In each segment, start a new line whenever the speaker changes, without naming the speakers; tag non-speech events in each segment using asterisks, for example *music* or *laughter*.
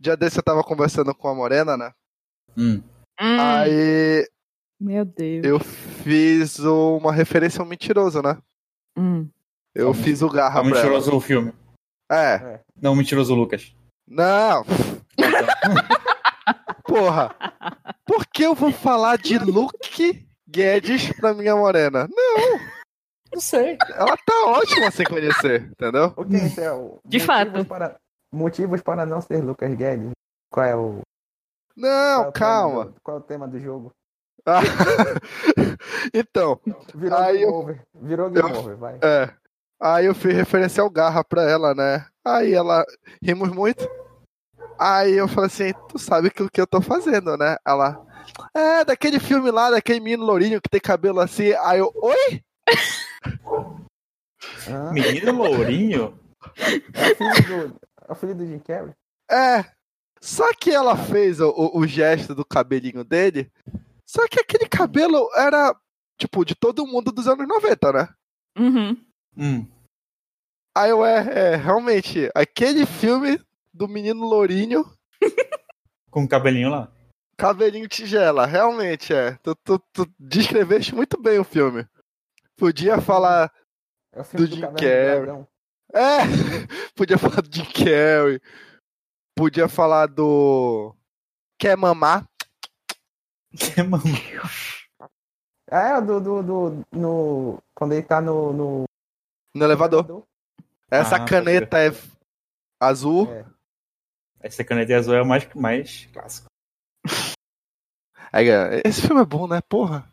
Dia desse eu tava conversando com a Morena, né?
Hum.
Aí
Meu Deus.
eu fiz uma referência ao mentiroso, né?
Hum.
Eu
Ao
fiz o garra
Tá
pra ela.
mentiroso o filme.
É.
Não, um mentiroso o Lucas.
Não. Porra. Por que eu vou falar de Luke Guedes pra minha morena? Não,
Não sei.
ela tá ótima sem conhecer, entendeu?
O que é isso? É o-
Hum. De
motivos
fato.
Para, motivos para não ser Lucas Guedes. Qual é o. qual é
tá
Não,
o tema
calma.
do- qual é o tema do jogo?
Ah. *laughs* então,
Virou
Aí
game
eu-
over. Virou game
eu- *laughs*
over, vai.
É. Aí eu fui referenciar o Garra pra ela, né? Aí ela rimos muito. Aí eu falei assim, tu sabe que o que eu tô fazendo, né? Ela. É, daquele filme lá, daquele menino lourinho que tem cabelo assim. Aí eu, oi?
*laughs*
Hã?
Menino Lourinho?
É o filho do. É o filho do Jim Carrey?
É. Só que ela fez o, o- o gesto do cabelinho dele. Só que aquele cabelo era, tipo, de todo mundo dos anos 90, né?
Uhum.
Hum.
Aí eu, é, é, realmente, aquele filme do menino lourinho
Com o cabelinho lá.
Cabelinho Tigela, realmente é. Tu, tu- tu descreveste muito bem o filme. Podia falar.
É o filho
Do Jim
Caverna
Carrey.
Dragão.
É! *laughs* Podia falar do Jim Carrey. Podia falar do. Quer mamar?
Que mamão.
Ah, é o do, do, do- no, quando ele tá no, no
No elevador. Essa
Ah,
caneta é f- azul.
É.
*laughs* Essa caneta azul é o mais, mais clássico.
Aí, é, Esse filme é bom, né? Porra.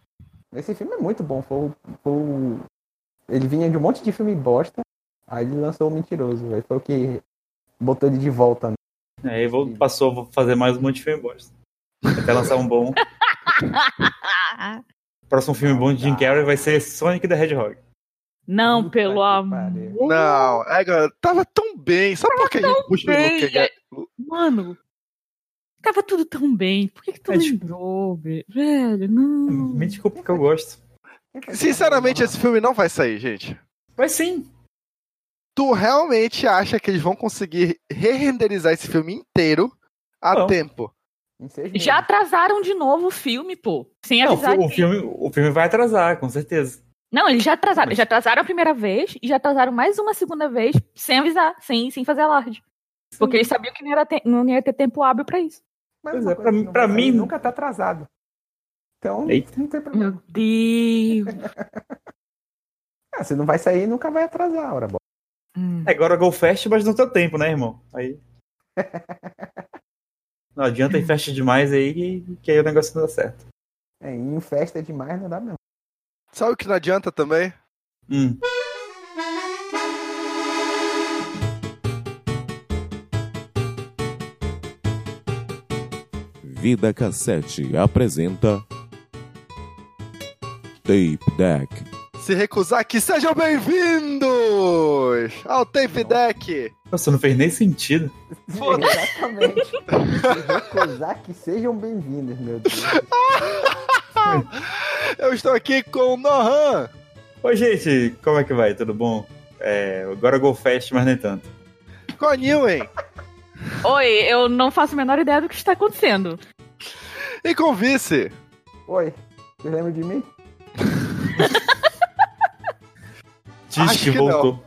Esse filme é muito bom. Foi, o- foi o- ele vinha de um monte de filme bosta, aí ele lançou o Mentiroso, velho. Foi o que botou ele de volta. né?
Aí vou, passou, vou fazer mais um monte de filme bosta. Até lançar um *laughs* bom.
Ah.
Próximo filme bom de Jim Carrey vai ser Sonic the Hedgehog.
Não,
Puta que
pelo
pariu.
amor.
Não, é, cara, tava tão bem. Sabe por que a gente puxa o
bem,
Luke Guedes?
Mano, tava tudo tão bem. Por que, que tu
É, tipo-
lembrou, velho? Velho, não.
Me desculpa porque eu gosto.
Sinceramente, esse filme não vai sair, gente.
Mas sim.
tu realmente acha que eles vão conseguir re-renderizar esse filme inteiro a
Não.
tempo?
Em seis meses.
Já atrasaram de novo o filme, pô. Sem
Não,
avisar.
o,
ninguém.
filme, o filme vai atrasar, com certeza.
Não, eles já atrasaram.
Mas-
Já atrasaram a primeira vez e já atrasaram mais uma segunda vez sem avisar, sem, sem fazer alarde. Porque eles sabiam que não, era te- não ia ter tempo hábil pra isso.
Mas
Pois
uma
é,
coisa
pra
que
mim-
não
pra
vai
mim-
sair, nunca tá atrasado. Então,
Eita.
não tem problema.
Meu Deus.
Ah, se não vai sair, nunca vai atrasar, ora bom.
Hum.
É, Agora go fast, mas no teu tempo, né, irmão? *laughs* Aí. Não adianta ir fast demais aí que, que aí o negócio não dá certo.
É, e em festa demais não dá
*laughs*
mesmo.
Sabe o que não adianta também?
Hum.
Vida Cassete apresenta Tape Deck.
Se recusar que sejam bem-vindos ao Tape Deck.
Nossa, não fez nem sentido.
Foda-se.
É, Exatamente. Se recusar que sejam bem-vindos, meu Deus.
Eu estou aqui com o Nohan,
Oi, gente, como é que vai? Tudo bom? É, agora go fast, mas nem tanto.
com a Newen
Oi, eu não faço a menor ideia do que está acontecendo.
e com o Vice.
Oi, vocês lembram de mim?
Diz
Acho
que
que não.
voltou.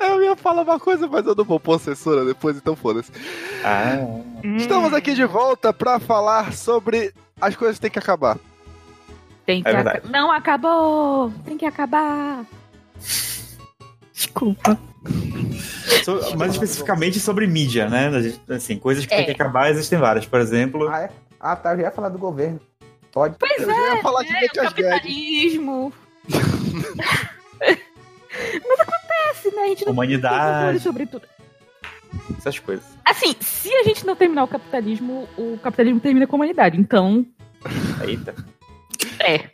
Eu ia falar uma coisa, mas eu não vou pôr censura depois, então foda-se. *laughs*
Ah,
Hum.
Estamos aqui de volta pra falar sobre as coisas que tem que acabar.
Tem que
É
aca-
verdade.
Não acabou! Tem que acabar! É, Desculpa.
so- mais especificamente sobre mídia, né? A gente- Assim, coisas que
É.
tem que acabar, existem várias. Por exemplo,
Ah, é? Ah, tá, eu já ia falar do governo. Pode.
Pois
Eu já ia falar de
é,
Metias
o
Guedes.
capitalismo. Mas acontece, né? A gente não tem controle
humanidade,
sobre tudo.
essas coisas.
Assim, se a gente não terminar o capitalismo, o capitalismo termina com a humanidade. Então,
Eita.
é.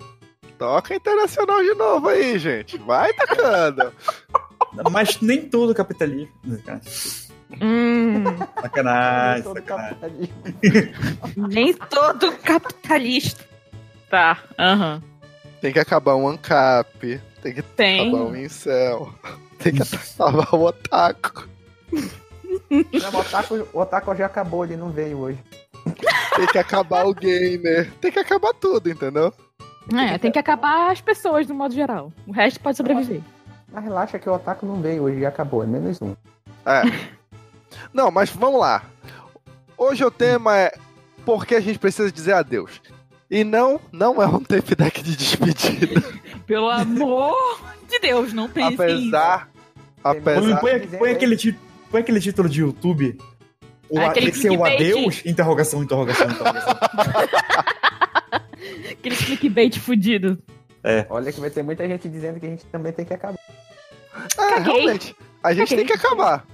Toca internacional de novo aí, gente. Vai tacando.
*laughs*
Mas nem todo capitalismo.
Hum,
Sacanagem,
é
Todo
sacanagem.
capitalismo.
nem todo capitalista. Tá, aham.
Tem que acabar um ANCAP, tem que
Tem.
acabar um Incel. Tem que salvar o Otaku.
Não, o, Otaku, o Otaku já acabou, ele não veio hoje.
Tem que acabar o gamer. Tem que acabar tudo, entendeu?
É, tem que acabar as pessoas, no modo geral. O resto pode sobreviver.
Mas relaxa que o Otaku não veio hoje, já acabou, é menos um.
É. Não, mas vamos lá. Hoje o tema é por que a gente precisa dizer adeus. E não, não é um tape deck *laughs* de despedida.
Pelo amor de Deus, não pense
apesar.
Põe,
Apesar.
põe- põe
né?
aquele, ti- põe aquele título de YouTube. O
Ah,
a-
aquele
tem que ser o
clickbait.
adeus? Interrogação, interrogação,
*laughs*
interrogação.
nisso. Aquele clickbait fudido.
Olha que vai ter muita gente dizendo que a gente também tem que acabar.
É,
Caguei.
realmente. A gente tem que acabar.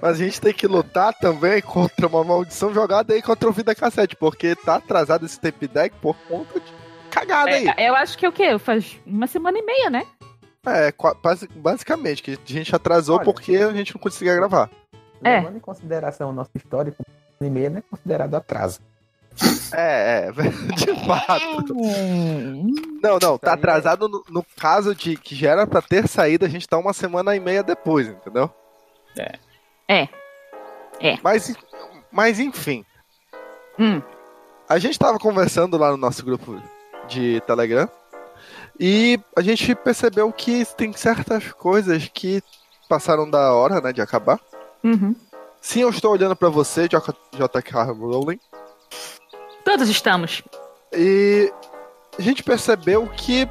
Mas a gente tem que lutar também contra uma maldição jogada aí contra o Vida Cassete, porque tá atrasado esse tape deck por conta de cagada aí.
É, eu acho que é o quê? Faz uma semana e meia, né?
É, qua- basi- basicamente, que a gente atrasou
Olha.
porque a gente não conseguia gravar.
É.
Levando em consideração o nosso histórico, um e meio não é considerado atraso.
É, *laughs* é, de fato.
É.
Não, não,
Isso aí
tá
é-
atrasado no, no caso de que já era pra ter saído, a gente tá uma semana e meia depois, entendeu?
É.
É. É.
Mas, mas enfim,
Hum.
a gente tava conversando lá no nosso grupo de Telegram e a gente percebeu que tem certas coisas que passaram da hora, né, de acabar.
Uhum.
Sim, eu estou olhando pra você, J- JK Rowling.
Todos estamos.
E a gente percebeu que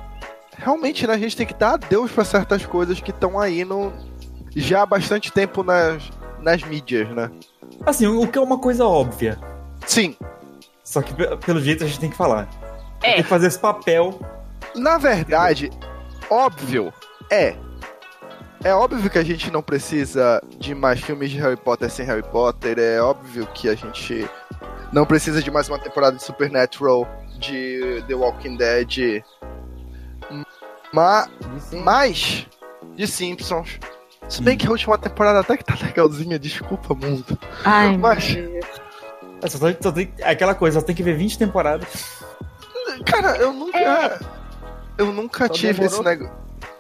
realmente né, a gente tem que dar adeus para certas coisas que estão aí no, já há bastante tempo nas, nas mídias, né?
Assim, o que é uma coisa óbvia.
Sim,
Só que pe- pelo jeito a gente tem que falar.
É.
Tem que fazer esse papel.
na verdade, óbvio é. É óbvio que a gente não precisa de mais filmes de Harry Potter sem Harry Potter, é óbvio que a gente não precisa de mais uma temporada de Supernatural, de The Walking Dead. Mas
Isso
Mas, de Simpsons. Se
Hum.
bem que a última temporada até que tá legalzinha, desculpa, mundo.
Ai,
Mas,
É, Só tem, só tem- é aquela coisa, só tem que ver 20 temporadas.
cara, eu nunca.
É.
Eu nunca
Só
tive
demorou.
esse negócio.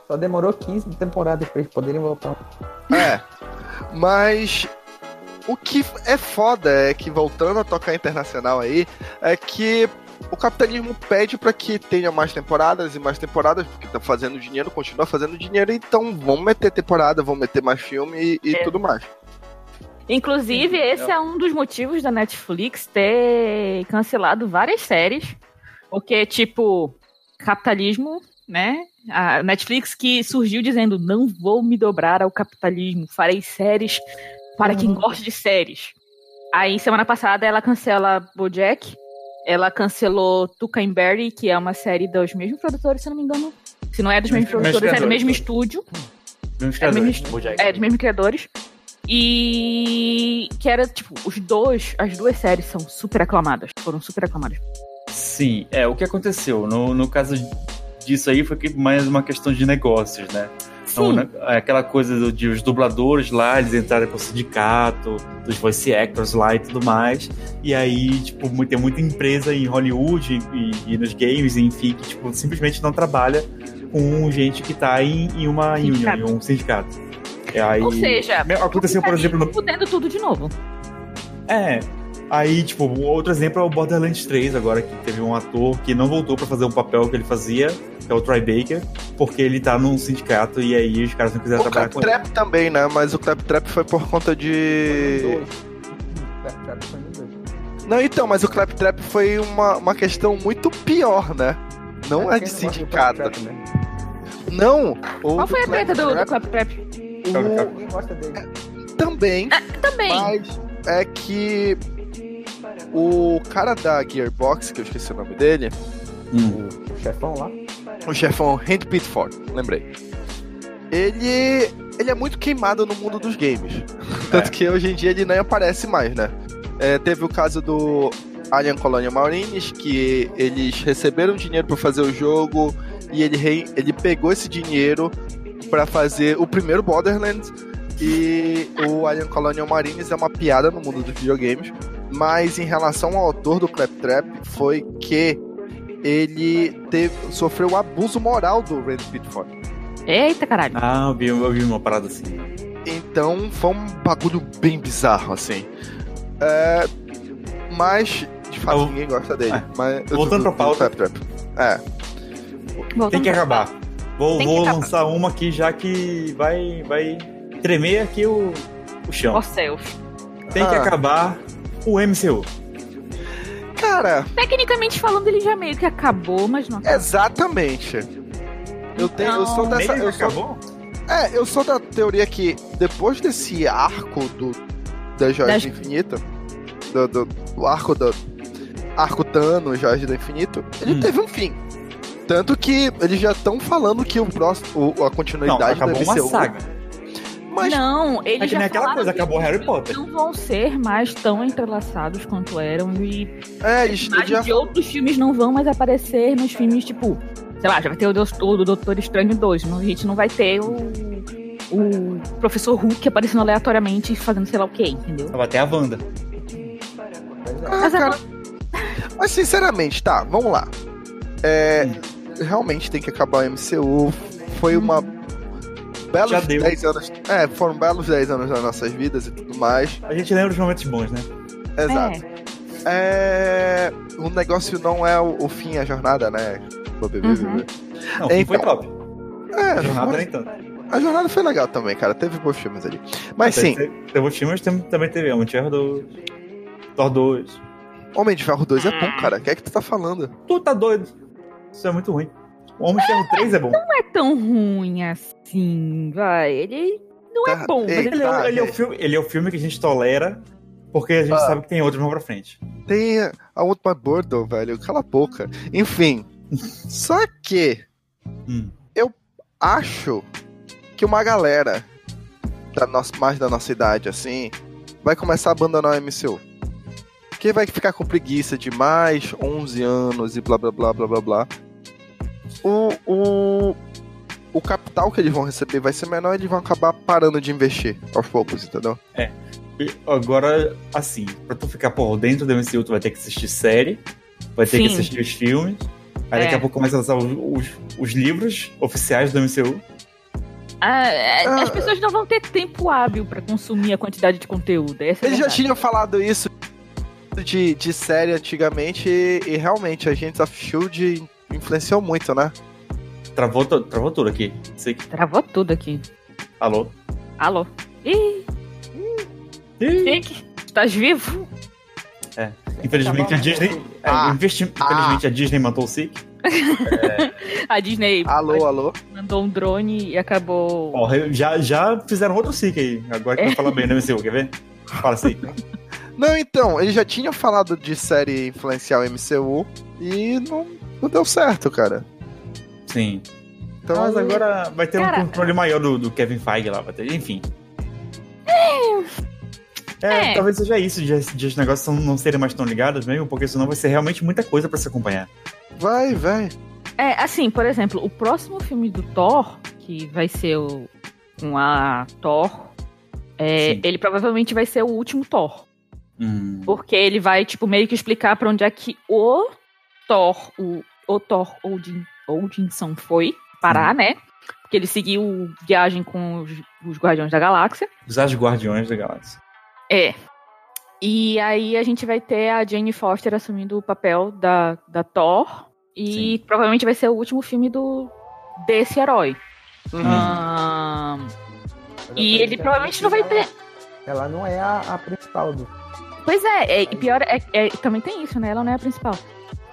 Só demorou 15 temporadas pra eles poderem voltar. um
É. Mas. O que é foda é que, voltando a tocar internacional aí, é que o capitalismo pede pra que tenha mais temporadas e mais temporadas, porque tá fazendo dinheiro, continua fazendo dinheiro, então vão meter temporada, vão meter mais filme e, e
É.
tudo mais.
Inclusive, esse é um dos motivos da Netflix ter cancelado várias séries. Porque, tipo, capitalismo, né? A Netflix que surgiu dizendo: não vou me dobrar ao capitalismo, farei séries para quem gosta de séries. Aí, semana passada, ela cancela Bojack, ela cancelou Tuckenberry, que é uma série dos mesmos produtores, se eu não me engano. Se não é dos mesmos
Mesmos
produtores, é do
criadores,
mesmo
tá.
estúdio.
Vamos
É,
ficar dois,
mesmo-
Bojack.
É, dos mesmos criadores. E que era, tipo, os dois, as duas séries são super aclamadas. Foram super aclamadas.
Sim, é o que aconteceu. No, no caso disso aí foi que mais uma questão de negócios, né? Então,
Sim,
né, aquela coisa do- de os dubladores lá, eles entraram pro sindicato, dos voice actors lá e tudo mais. E aí, tipo, mu- tem muita empresa em Hollywood e, e nos games, enfim, que tipo, simplesmente não trabalha com gente que tá em, em uma union,
Sindicato.
em um sindicato. E aí,
Ou seja,
me- aconteceu, por exemplo, no,
Fudendo tudo de novo.
é. Aí, tipo, um outro exemplo é o Borderlands 3, agora que teve um ator que não voltou pra fazer o papel que ele fazia, que é o Troy Baker, porque ele tá num sindicato e aí os caras não quiseram
O
trabalhar
Clap
com ele.
Trap também, né? Mas o Clap Trap foi por conta de.
um
Não, então, mas o Clap Trap foi uma, uma questão muito pior, né? Não é, de sindicato.
né?
Não! o
Qual foi a
Clap
treta do,
né?
do
Trap
Clap Trap?
Ninguém gosta dele.
Também,
Ah, Também.
mas é que o cara da Gearbox, que eu esqueci o nome dele,
Hum.
O, o chefão lá.
o chefão Hank Pitford, lembrei. Ele. ele é muito queimado no mundo dos games. Tanto que hoje em dia ele nem aparece mais, né? É, teve o caso do Alien Colonial Marines, que eles receberam dinheiro pra fazer o jogo e ele, re- ele pegou esse dinheiro pra fazer o primeiro Borderlands. E o Alien Colonial Marines é uma piada no mundo dos videogames. Mas em relação ao autor do Claptrap, foi que ele teve, sofreu o abuso moral do Randy Pitford.
Eita, caralho.
Ah, eu vi, eu vi uma parada assim.
Então foi um bagulho bem bizarro, assim. É, mas, de fato,
Ah, o-
ninguém gosta dele.
é.
Mas,
Voltando pra
do- do
pauta.
Trap Trap. É,
Tem
Voltando
que
pra-
acabar. Vou,
Tem que
vou
acabar.
lançar uma aqui já que vai, vai tremer aqui o, o chão.
Ó, selfie.
Tem que
Ah.
acabar o MCU.
É. cara,
Tecnicamente falando, ele já meio que acabou, mas não.
É,
exatamente. Eu, tenho, eu sou
Então,
dessa.
Meio
Eu
que
sou,
acabou?
é, eu sou da teoria que depois desse arco do, das Joias
Das-
do Infinito, do, do- do arco do arco Thanos, Joias do Infinito, ele
Hum.
teve um fim. Tanto que eles já estão falando que o próximo, o- a
Não,
continuidade da
acabou
deve
uma
ser o-
saga.
Mas
Não, ele
É que
já
nem aquela
falaram
coisa,
que
acabou Harry Potter.
não vão ser mais tão entrelaçados quanto eram e
é, eles eles já
personagens de outros filmes não vão mais aparecer nos filmes, tipo, sei lá, já vai ter o, Deus, o Doutor Estranho 2. não- A gente não vai ter o, o Professor Hulk aparecendo aleatoriamente e fazendo sei lá o quê, entendeu?
Vai um ter a Wanda.
Mas é,
Ah,
Mas
cara, mas sinceramente, tá, vamos lá. É,
Hum.
realmente tem que acabar o MCU.
Hum.
Foi uma.
Já
Belos
deu.
10 anos. É, foram belos 10 anos nas nossas vidas e tudo mais.
A gente lembra os momentos bons, né?
Exato.
É,
É. O negócio não é o, o fim, a jornada, né? Blá, blá, blá,
Uhum.
blá,
Não, o fim foi
Então,
top.
blá. É,
A
a
jornada então.
jornada,
nem tanto.
a jornada foi legal também, cara. Teve bons filmes ali. Mas sim,
Teve- Teve o filme, mas tem- também teve Homem de Ferro 2, Thor 2.
Homem de Ferro 2 é bom, cara. O que é que tu tá falando?
Tu tá doido. Isso é muito ruim. O Homem de Ferro 3 é bom.
não é tão ruim assim, vai. Ele não é
Tá,
bom, mas
ei.
ele
Ele, é,
Tá,
ele é o
gente.
filme, ele é o filme que a gente tolera, porque a gente
Ah.
sabe que tem outros mais pra frente.
Tem a última Burdo, velho. Cala a boca. Enfim. Só que.
Hum.
acho que uma galera da nossa, mais da nossa idade, assim, vai começar a abandonar o MCU. Porque vai ficar com preguiça de mais 11 anos e blá blá blá blá blá blá. O, o, o capital que eles vão receber vai ser menor e eles vão acabar parando de investir aos poucos, entendeu?
E Agora, assim, pra tu ficar por dentro do MCU, tu vai ter que assistir série, vai ter
Sim.
que assistir os filmes. Aí daqui
É.
a pouco começa a lançar os, os- os livros oficiais do MCU.
Ah, é,
Ah.
As pessoas não vão ter tempo hábil pra consumir a quantidade de conteúdo. Essa é a
Eles já
verdade.
tinham falado isso de, de série antigamente e, e realmente a gente of Shield influenciou muito, né?
Travou, to- travou tudo aqui. Sei que.
Travou tudo aqui.
Alô?
Alô? Ih,
Ih,
Nick, estás vivo?
Tá
Infelizmente a Disney. é,
Ah.
investi- Infelizmente a Disney matou o Sick.
A Disney
Alô, alô.
mandou um drone e acabou.
Ó, já, já fizeram outro Sick aí. Agora que eu vou falar bem do MCU, quer ver? Fala Sick.
*laughs*
Não, então, eles já tinham falado de série influenciar o MCU e não, não deu certo, cara.
Sim.
Então,
Mas agora vai ter
Cara.
um controle maior do, do Kevin Feige lá. Vai ter, enfim. É,
É.
talvez seja isso, de, de os negócios não- não serem mais tão ligados mesmo, porque senão vai ser realmente muita coisa pra se acompanhar.
vai, vai.
É, assim, por exemplo, o próximo filme do Thor, que vai ser o, uma Thor, é,
Sim.
ele provavelmente vai ser o último Thor.
Hum.
Porque ele vai, tipo, meio que explicar pra onde é que o Thor, o, o Thor Odin, Odinson foi parar, né? Porque ele seguiu viagem com os, os Guardiões da Galáxia.
Usar os Guardiões da Galáxia.
É. E aí a gente vai ter a Jane Foster assumindo o papel da, da Thor. E provavelmente vai ser o último filme do desse herói. Ahn,
mas
e ele provavelmente não vai ter.
Ela não é a, a principal do.
Pois é, é, e pior é, é- também tem isso, né? Ela não é a principal.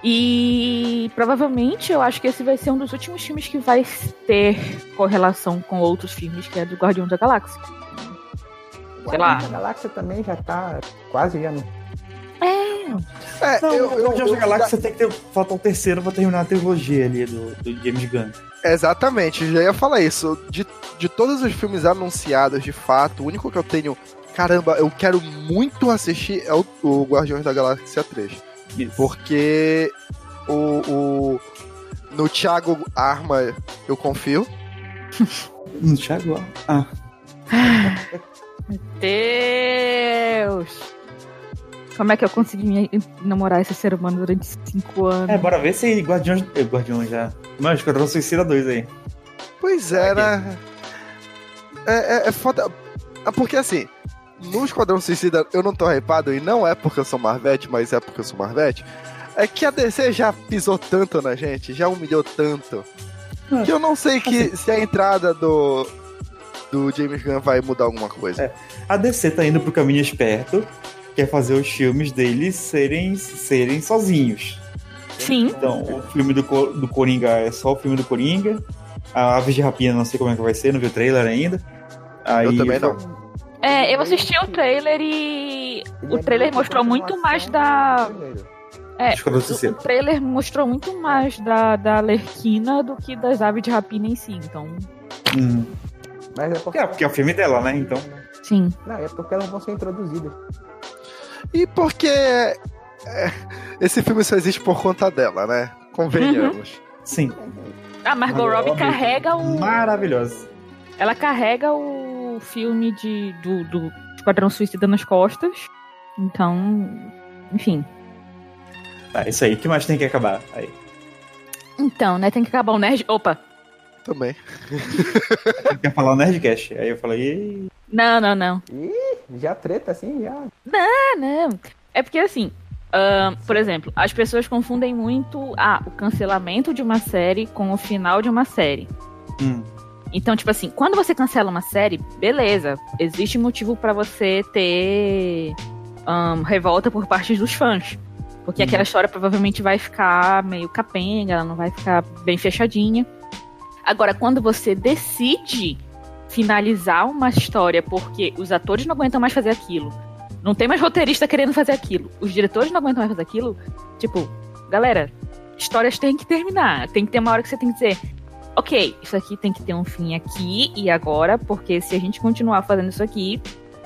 E provavelmente eu acho que esse vai ser um dos últimos filmes que vai ter correlação com outros filmes, que é do Guardião da Galáxia. Sei lá.
A galáxia também já tá quase já no.
É,
Não,
eu,
o
eu-
Guardiões
eu-
da Galáxia tem que ter, falta o terceiro pra terminar a trilogia ali do, do James Gunn.
Exatamente, eu já ia falar isso. De, de todos os filmes anunciados, de fato, o único que eu tenho, caramba, eu quero muito assistir é o, o Guardiões da Galáxia 3.
Isso.
Porque o, o. No Thiago Arma eu confio.
Não Thiago. Ah,
Deus! Como é que eu consegui me namorar esse ser humano durante cinco anos?
é, bora ver se Guardiões. eh, Guardiões já. Não, Esquadrão Suicida 2 aí.
Pois é, né? É, é, é foda. É Porque assim, no Esquadrão Suicida eu não tô hypado, e não é porque eu sou Marvete, mas é porque eu sou Marvete. É que a DC já pisou tanto na gente, já humilhou tanto. Que eu não sei que, se a entrada do, do James Gunn vai mudar alguma coisa.
A DC tá indo pro caminho esperto, que é fazer os filmes deles serem, serem sozinhos.
Sim.
Então, o filme do, Co- do Coringa é só o filme do Coringa. A Aves de Rapina, não sei como é que vai ser, não vi o trailer ainda. Aí,
eu também não.
É, eu assisti o trailer e o trailer mostrou muito mais
um
da. É,
Esquadrão
O, o
Suicida.
trailer mostrou muito mais da, da Lerquina do que das aves de rapina em si, então.
Hum.
Mas é porque,
É, porque é o filme dela, né? Então.
Sim.
não, é porque elas vão ser introduzidas.
E porque é, esse filme só existe por conta dela, né? Convenhamos.
Sim,
A Margot
Margot
Robbie
Robbie.
carrega o.
maravilhosa.
Ela carrega o filme de, do, do Esquadrão Suicida nas costas. Então. Enfim.
Tá, isso aí. O que mais tem que acabar? Aí.
Então, né? Tem que acabar o Nerd. Opa!
Também.
Eu ia falar o Nerdcast. Aí eu falei, "Ih,
Não, não, não.
Já treta assim, já.
Ah, não. É porque assim. ahn, por exemplo, as pessoas confundem muito ah, o cancelamento de uma série com o final de uma série.
hum,
Então, tipo assim, quando você cancela uma série, beleza, existe motivo pra você ter ahn, revolta por parte dos fãs. Porque
Uhum.
aquela história provavelmente vai ficar meio capenga, ela não vai ficar bem fechadinha. Agora, quando você decide finalizar uma história porque os atores não aguentam mais fazer aquilo, não tem mais roteirista querendo fazer aquilo, os diretores não aguentam mais fazer aquilo, tipo, galera, histórias têm que terminar. Tem que ter uma hora que você tem que dizer, ok, isso aqui tem que ter um fim aqui e agora, porque se a gente continuar fazendo isso aqui,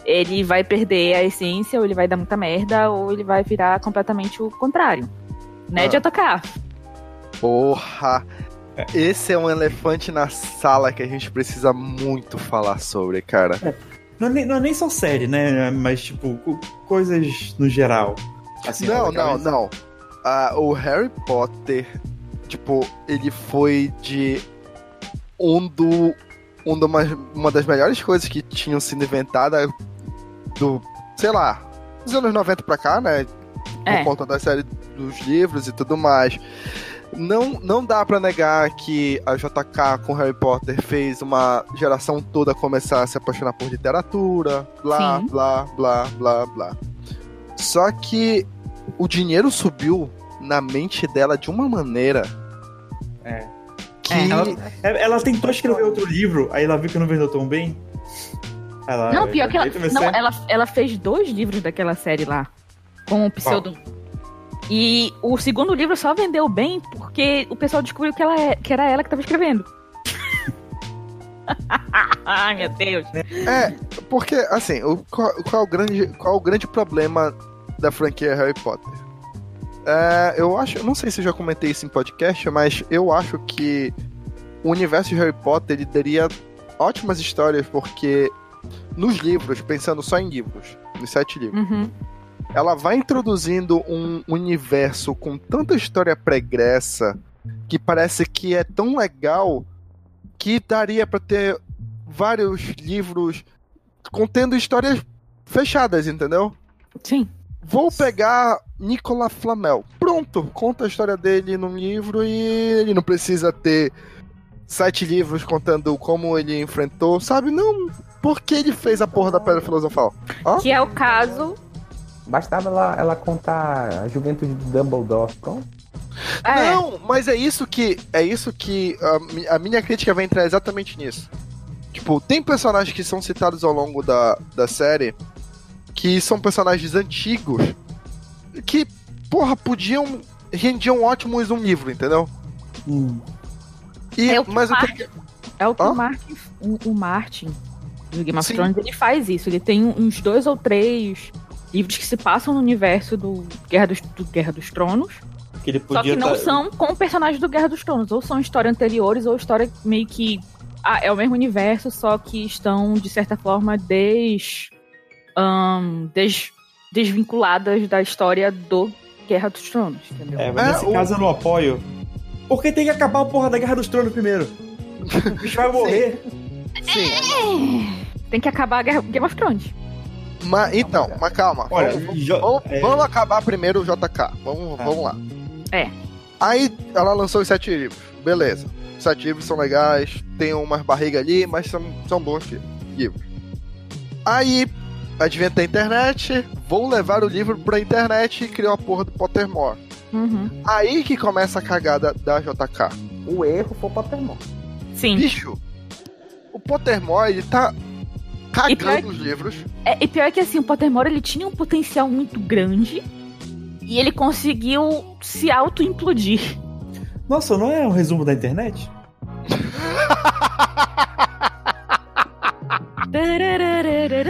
ele vai perder a essência, ou ele vai dar muita merda, ou ele vai virar completamente o contrário. Né,
Ah.
de atacar.
Porra! Esse é um elefante na sala que a gente precisa muito falar sobre, cara.
Não é, nem, não é nem só série, né? Mas, tipo, co- coisas no geral. Assim,
não,
olha,
não,
cara,
não. Ah, o Harry Potter, tipo, ele foi de um do. Um de uma, uma das melhores coisas que tinham sido inventada do, sei lá, dos anos 90 pra cá, né?
É.
Por conta da série dos livros e tudo mais. Não, não dá pra negar que a JK com Harry Potter fez uma geração toda começar a se apaixonar por literatura, blá,
Sim.
blá, blá, blá, blá. Só que o dinheiro subiu na mente dela de uma maneira
É.
que.
É.
Ela- Ela, ela tentou escrever outro livro, aí ela viu que não vendeu tão bem. Ela,
não, pior que ela.
aproveita e assim, vai
Não, é
ser-
ela, ela fez dois livros daquela série lá. Com o pseudo. E o segundo livro só vendeu bem porque o pessoal descobriu que, ela é- que era ela que tava escrevendo. *laughs* Ai, meu Deus.
É, porque, assim, o, qual, qual, é o grande, qual é o grande problema da franquia Harry Potter? É, eu acho, eu não sei se eu já comentei isso em podcast, mas eu acho que o universo de Harry Potter ele daria ótimas histórias, porque nos livros, pensando só em livros, nos sete livros,
Uhum.
ela vai introduzindo um universo com tanta história pregressa que parece que é tão legal que daria pra ter vários livros contendo histórias fechadas, entendeu?
Sim.
Vou pegar Nicolas Flamel. Pronto, conta a história dele num livro e ele não precisa ter sete livros contando como ele enfrentou, sabe? Não, porque ele fez a porra da Pedra Filosofal.
Que é o caso.
Bastava ela, ela contar a juventude de Dumbledore. Então, Pronto.
É,
Não, mas é isso que é isso que a, mi- a minha crítica vai entrar exatamente nisso. Tipo, tem personagens que são citados ao longo da, da série que são personagens antigos que, porra, podiam rendiam ótimos um livro, entendeu?
Hum.
E
É o que
mas eu tenho-
é o que o
Hã?
Martin, o, o Martin do Game of
Sim.
Thrones, ele faz isso. Ele tem uns dois ou três livros que se passam no universo do Guerra dos, do Guerra dos Tronos.
Que ele
Só
podia
que não
tá-
são com personagens do Guerra dos Tronos. Ou são histórias anteriores, ou história meio que. Ah, é o mesmo universo, só que estão, de certa forma, des, ahn, des- desvinculadas da história do Guerra dos Tronos, entendeu?
É, mas
É,
nesse
o-
caso eu não apoio. Porque tem que acabar a porra da Guerra dos Tronos primeiro. O bicho vai morrer.
Sim.
Tem que acabar a Guerra- Game of Thrones.
Mas, então, mas calma.
Olha,
vamos,
jo-
vamos-
é,
vamos acabar primeiro o JK. Vamos,
Tá.
vamos lá.
É.
Aí ela lançou os sete livros. Beleza. Os sete livros são legais, tem umas barrigas ali, mas são, são bons li- livros. Aí, adventa a internet, vou levar o livro pra internet e criou a porra do Pottermore.
Uhum.
Aí que começa a cagada da JK.
O erro foi o Pottermore.
Sim.
Bicho, o Pottermore, ele tá
E
cagando os livros.
É, e pior é que assim, o Pottermore ele tinha um potencial muito grande e ele conseguiu se auto-implodir.
Nossa, não é um resumo da internet?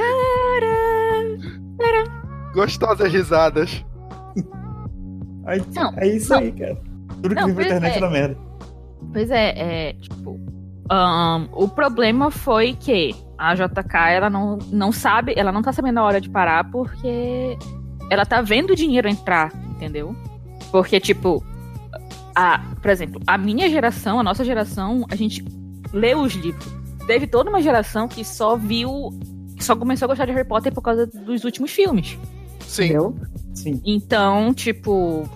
Tarararararara.
Gostosas risadas.
Aí,
Não,
é isso
não.
aí, cara. Tudo que
Não,
vem pra
pois
internet
é.
era merda.
Pois é, é tipo. ahn, o problema foi que a JK ela não, não sabe, ela não tá sabendo a hora de parar porque ela tá vendo o dinheiro entrar, entendeu? Porque, tipo, a, por exemplo, a minha geração, a nossa geração, a gente leu os livros. Teve toda uma geração que só viu, que só começou a gostar de Harry Potter por causa dos últimos filmes.
Sim.
Entendeu?
Sim.
Então, tipo,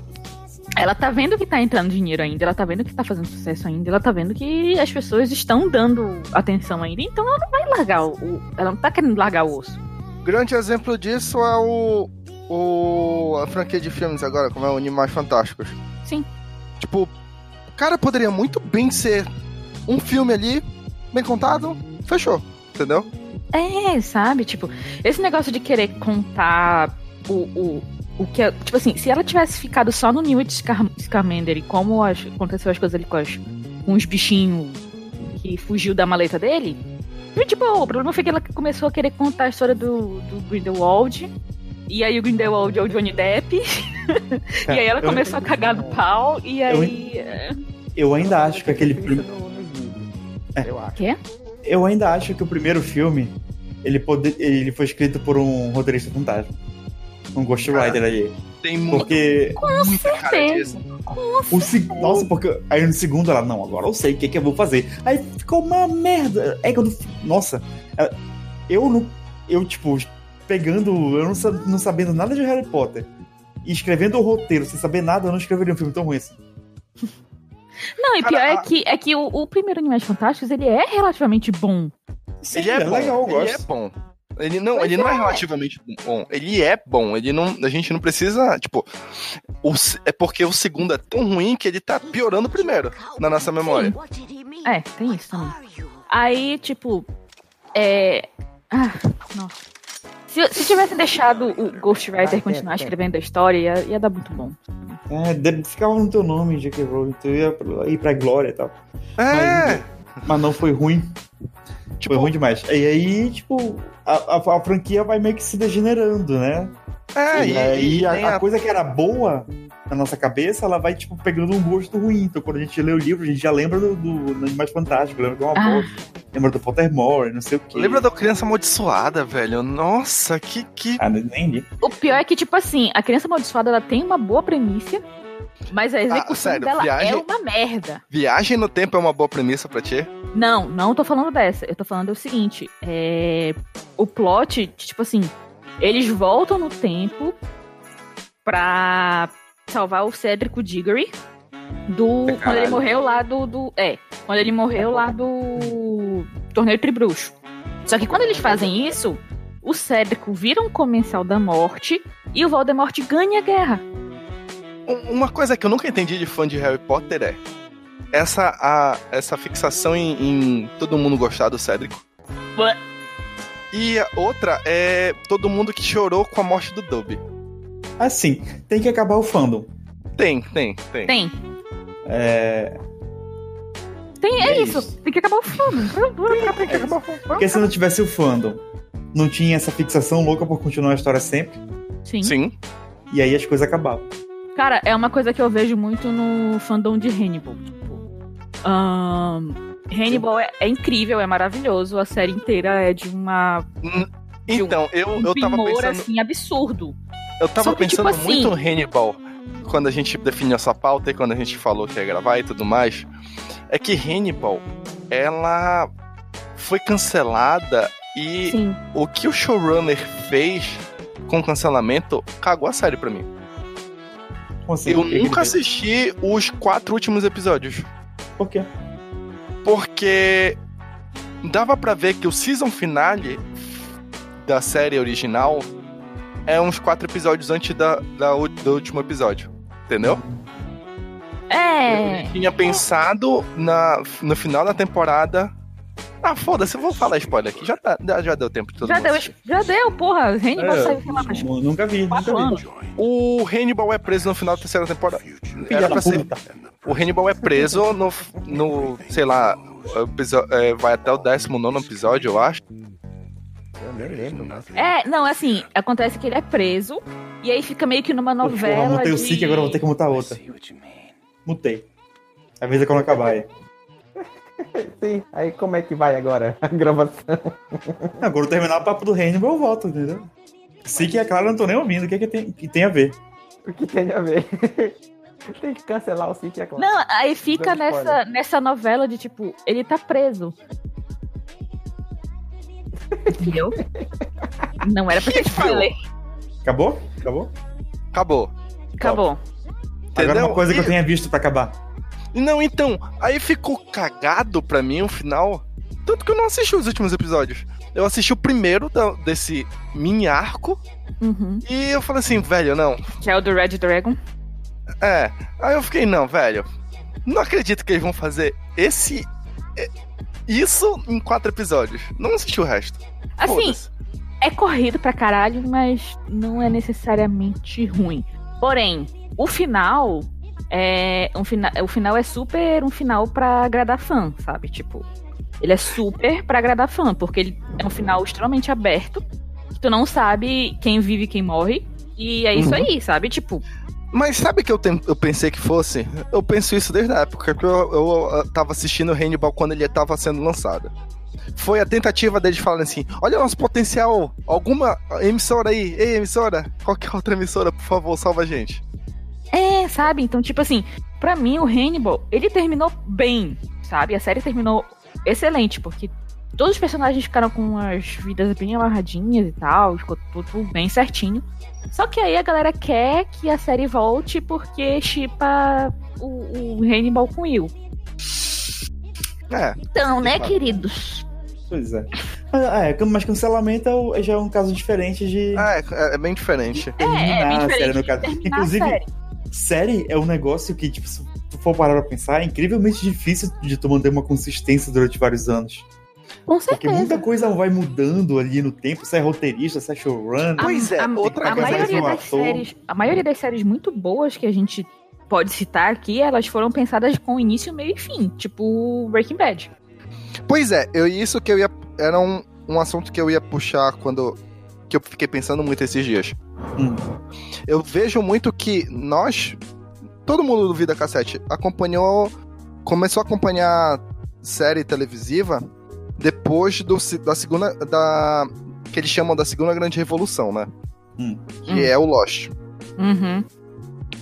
ela tá vendo que tá entrando dinheiro ainda, ela tá vendo que tá fazendo sucesso ainda, ela tá vendo que as pessoas estão dando atenção ainda, então ela não vai largar o. o- Ela não tá querendo largar o osso.
Grande exemplo disso é o, o. a franquia de filmes agora, como é o Animais Fantásticos.
Sim.
Tipo, o cara poderia muito bem ser um filme ali, bem contado, fechou. Entendeu?
É, sabe? Tipo, esse negócio de querer contar o. o o que é, tipo assim, se ela tivesse ficado só no Newt Scar- Scamander e como as- aconteceu as coisas ali com, as, com os bichinhos que fugiu da maleta dele, foi de boa. O problema foi que ela começou a querer contar a história do, do Grindelwald. E aí o Grindelwald é o Johnny Depp. *laughs* e aí ela
Eu-
começou a cagar no pau. E
Eu-
aí. é.
Eu ainda acho que aquele.
Isso
prim-
no- nos livros,
É.
Eu acho.
Eu ainda acho que o primeiro filme ele, pode... ele foi escrito por um roteirista fantasma. Um ghostwriter ali.
Tem
Porque.
cara disso.
O se- Nossa, porque aí no segundo ela, não, agora eu sei o que, que eu vou fazer. Aí ficou uma merda. É quando. Nossa, é, eu não. Eu, tipo, pegando. Eu não, sa- não sabendo nada de Harry Potter. E escrevendo o roteiro sem saber nada, eu não escreveria um filme tão ruim assim.
Não, e pior
Cara,
é
a-
que, é que o, o primeiro Animais Fantásticos ele é relativamente bom.
Sim,
Ele é, bom.
legal, eu
ele é
gosto.
bom. Ele não,
Pois
ele não é
é.
relativamente bom. Ele é bom. Ele não, a gente não precisa, tipo, o se- é porque o segundo é tão ruim que ele tá piorando o primeiro na nossa memória.
É, tem isso também. Aí, tipo, é. Ah, nossa. Se, se tivessem deixado o Ghostwriter
Ah,
continuar
é, é.
escrevendo a história, ia, ia dar muito bom.
É, de- ficava no teu nome, J.K. Rowling. Tu ia pra- ir pra glória e tal.
É,
Mas não
*laughs*
foi ruim.
Tipo-
foi ruim demais. E aí, tipo, a, a- a franquia vai meio que se degenerando, né?
é.
e,
E,
aí
e
a,
tem
a
a-
coisa que era boa na nossa cabeça, ela vai, tipo, pegando um gosto ruim. Então quando a gente lê o livro, a gente já lembra do, do, do Animais Fantásticos, lembra que é uma
Ah.
boa. Lembra do Pottermore, não sei o quê.
Lembra da criança amaldiçoada, velho? Nossa, que que
Ah, nem li.
O pior é que, tipo assim, a criança amaldiçoada ela tem uma boa premissa, mas a execução
Ah, sério,
dela
viagem-
é uma merda.
viagem no tempo é uma boa premissa pra ti?
Não, não tô falando dessa. Eu tô falando o seguinte: é, o plot, tipo assim, eles voltam no tempo pra salvar o Cedric Diggory do.
É Caralho.
Quando ele morreu lá do, do- É, quando ele morreu lá do. Torneio Tribruxo. Só que quando eles fazem isso, o Cédrico vira um comensal da morte e o Voldemort ganha a guerra.
Um- Uma coisa que eu nunca entendi de fã de Harry Potter é essa a, essa fixação em, em todo mundo gostar do Cédrico.
Ué.
E a outra é todo mundo que chorou com a morte do Dobby.
Assim, tem que acabar o fandom.
Tem, tem, tem.
Tem.
É...
Tem, é,
É
isso.
isso. é,
Tem que acabar o filme. Tem que acabar o filme.
Porque se não tivesse o fandom, não tinha essa fixação louca por continuar a história sempre.
Sim.
Sim.
E aí as coisas acabavam.
Cara, é uma coisa que eu vejo muito no fandom de Hannibal. Tipo, ahn, Hannibal é, é incrível, é maravilhoso. A série inteira é de uma
Então, eu,
um
eu tava
primor,
pensando,
assim, absurdo.
eu tava
só que, tipo
pensando
assim-
muito no Hannibal quando a gente definiu essa pauta e quando a gente falou que ia gravar e tudo mais. É que Hannibal ela foi cancelada e
Sim.
o que o showrunner fez com o cancelamento cagou a série pra mim.
Consigo.
Eu nunca assisti os quatro últimos episódios.
Por quê?
porque dava pra ver que o season finale da série original é uns quatro episódios antes da, da u- do último episódio, entendeu?
É.
Eu tinha pensado na, no final da temporada. Ah, foda-se, eu vou falar spoiler aqui. Já, tá, já, já deu tempo de todo
Já
mundo
deu,
assistir.
já deu, porra. Hannibal
É,
saiu, sei lá, faz
eu nunca vi, nunca
quatro
vi.
anos.
O Hannibal é preso no final da terceira temporada.
Filha
Era
da
pra ser
puta.
O Hannibal é preso no, no sei lá, episo- é, vai até o 19 episódio, eu acho.
Eu nem lembro, mas.
É, não, assim, acontece que ele é preso e aí fica meio que numa
Porra,
novela.
mutei o
de-
SIC, agora vou ter que mutar outra. Mutei. Avisa quando acabar é. aí.
Sim, aí como é que vai agora *laughs* a gravação?
Não, Quando terminar o papo do Hannibal, eu volto, entendeu? SIC é claro, eu não tô nem ouvindo. O que, é que, tem, que tem a ver?
O que tem a ver? *laughs* tem que cancelar o sítio é claro.
Não, aí fica
Dando spoiler.
nessa, nessa novela de tipo, ele tá preso. Entendeu? Não era pra ter spoiler.
Acabou? Acabou?
Acabou.
Acabou.
Agora é
Entendeu?
uma coisa que eu
E-
tenha visto pra acabar.
Não, então, aí ficou cagado pra mim o final. Tanto que eu não assisti os últimos episódios. Eu assisti o primeiro da- desse mini arco
Uhum.
e eu falei assim, velho, não.
Que é o do Red Dragon.
É. Aí eu fiquei, não, velho. Não acredito que eles vão fazer esse. é- Isso em quatro episódios. Não assisti o resto.
Assim,
Foda-se.
é corrido pra caralho, mas não é necessariamente ruim. Porém, o final é um fina, o final é super um final pra agradar fã, sabe? Tipo, ele é super pra agradar fã, porque ele é um final extremamente aberto, que tu não sabe quem vive e quem morre. E é isso
Uhum.
aí, sabe? Tipo,
Mas sabe o que eu, tem- eu pensei que fosse? Eu penso isso desde a época que eu, eu, ah, tava assistindo o Hannibal quando ele tava sendo lançado. Foi a tentativa deles falando assim: olha o nosso potencial, alguma emissora aí, ei emissora, qualquer outra emissora, por favor, salva a gente.
é, sabe? Então, tipo assim, pra mim o Hannibal, ele terminou bem, sabe? A série terminou excelente, porque todos os personagens ficaram com as vidas bem amarradinhas e tal, ficou tudo bem certinho. Só que aí a galera quer que a série volte porque chipa o, o Hannibal com o Will.
É,
Então, né,
fato.
queridos?
Pois é. Ah, é, mas cancelamento é o- já é um caso diferente de.
ah, é, é bem diferente.
É, é bem
terminar a série,
diferente
no caso.
terminar
Inclusive,
a série.
série é um negócio que, tipo, se tu for parar pra pensar, é incrivelmente difícil de tu manter uma consistência durante vários anos.
Com
Porque
certeza.
muita coisa vai mudando ali no tempo, sai roteirista, sai showrunner.
A-
Pois é,
a,
outra
a
coisa
maioria
que eu
das
acho.
séries, a maioria das séries muito boas que a gente pode citar aqui, elas foram pensadas com início, meio e fim, tipo Breaking Bad.
Pois é, eu, isso que eu ia. Era um, um assunto que eu ia puxar quando. que eu fiquei pensando muito esses dias.
Hum.
Eu vejo muito que nós. Todo mundo do Vida Cassete acompanhou. Começou a acompanhar série televisiva depois do, se- da segunda. da que eles chamam da segunda grande revolução, né?
Hum.
Que
Hum.
é o Lost.
Uhum.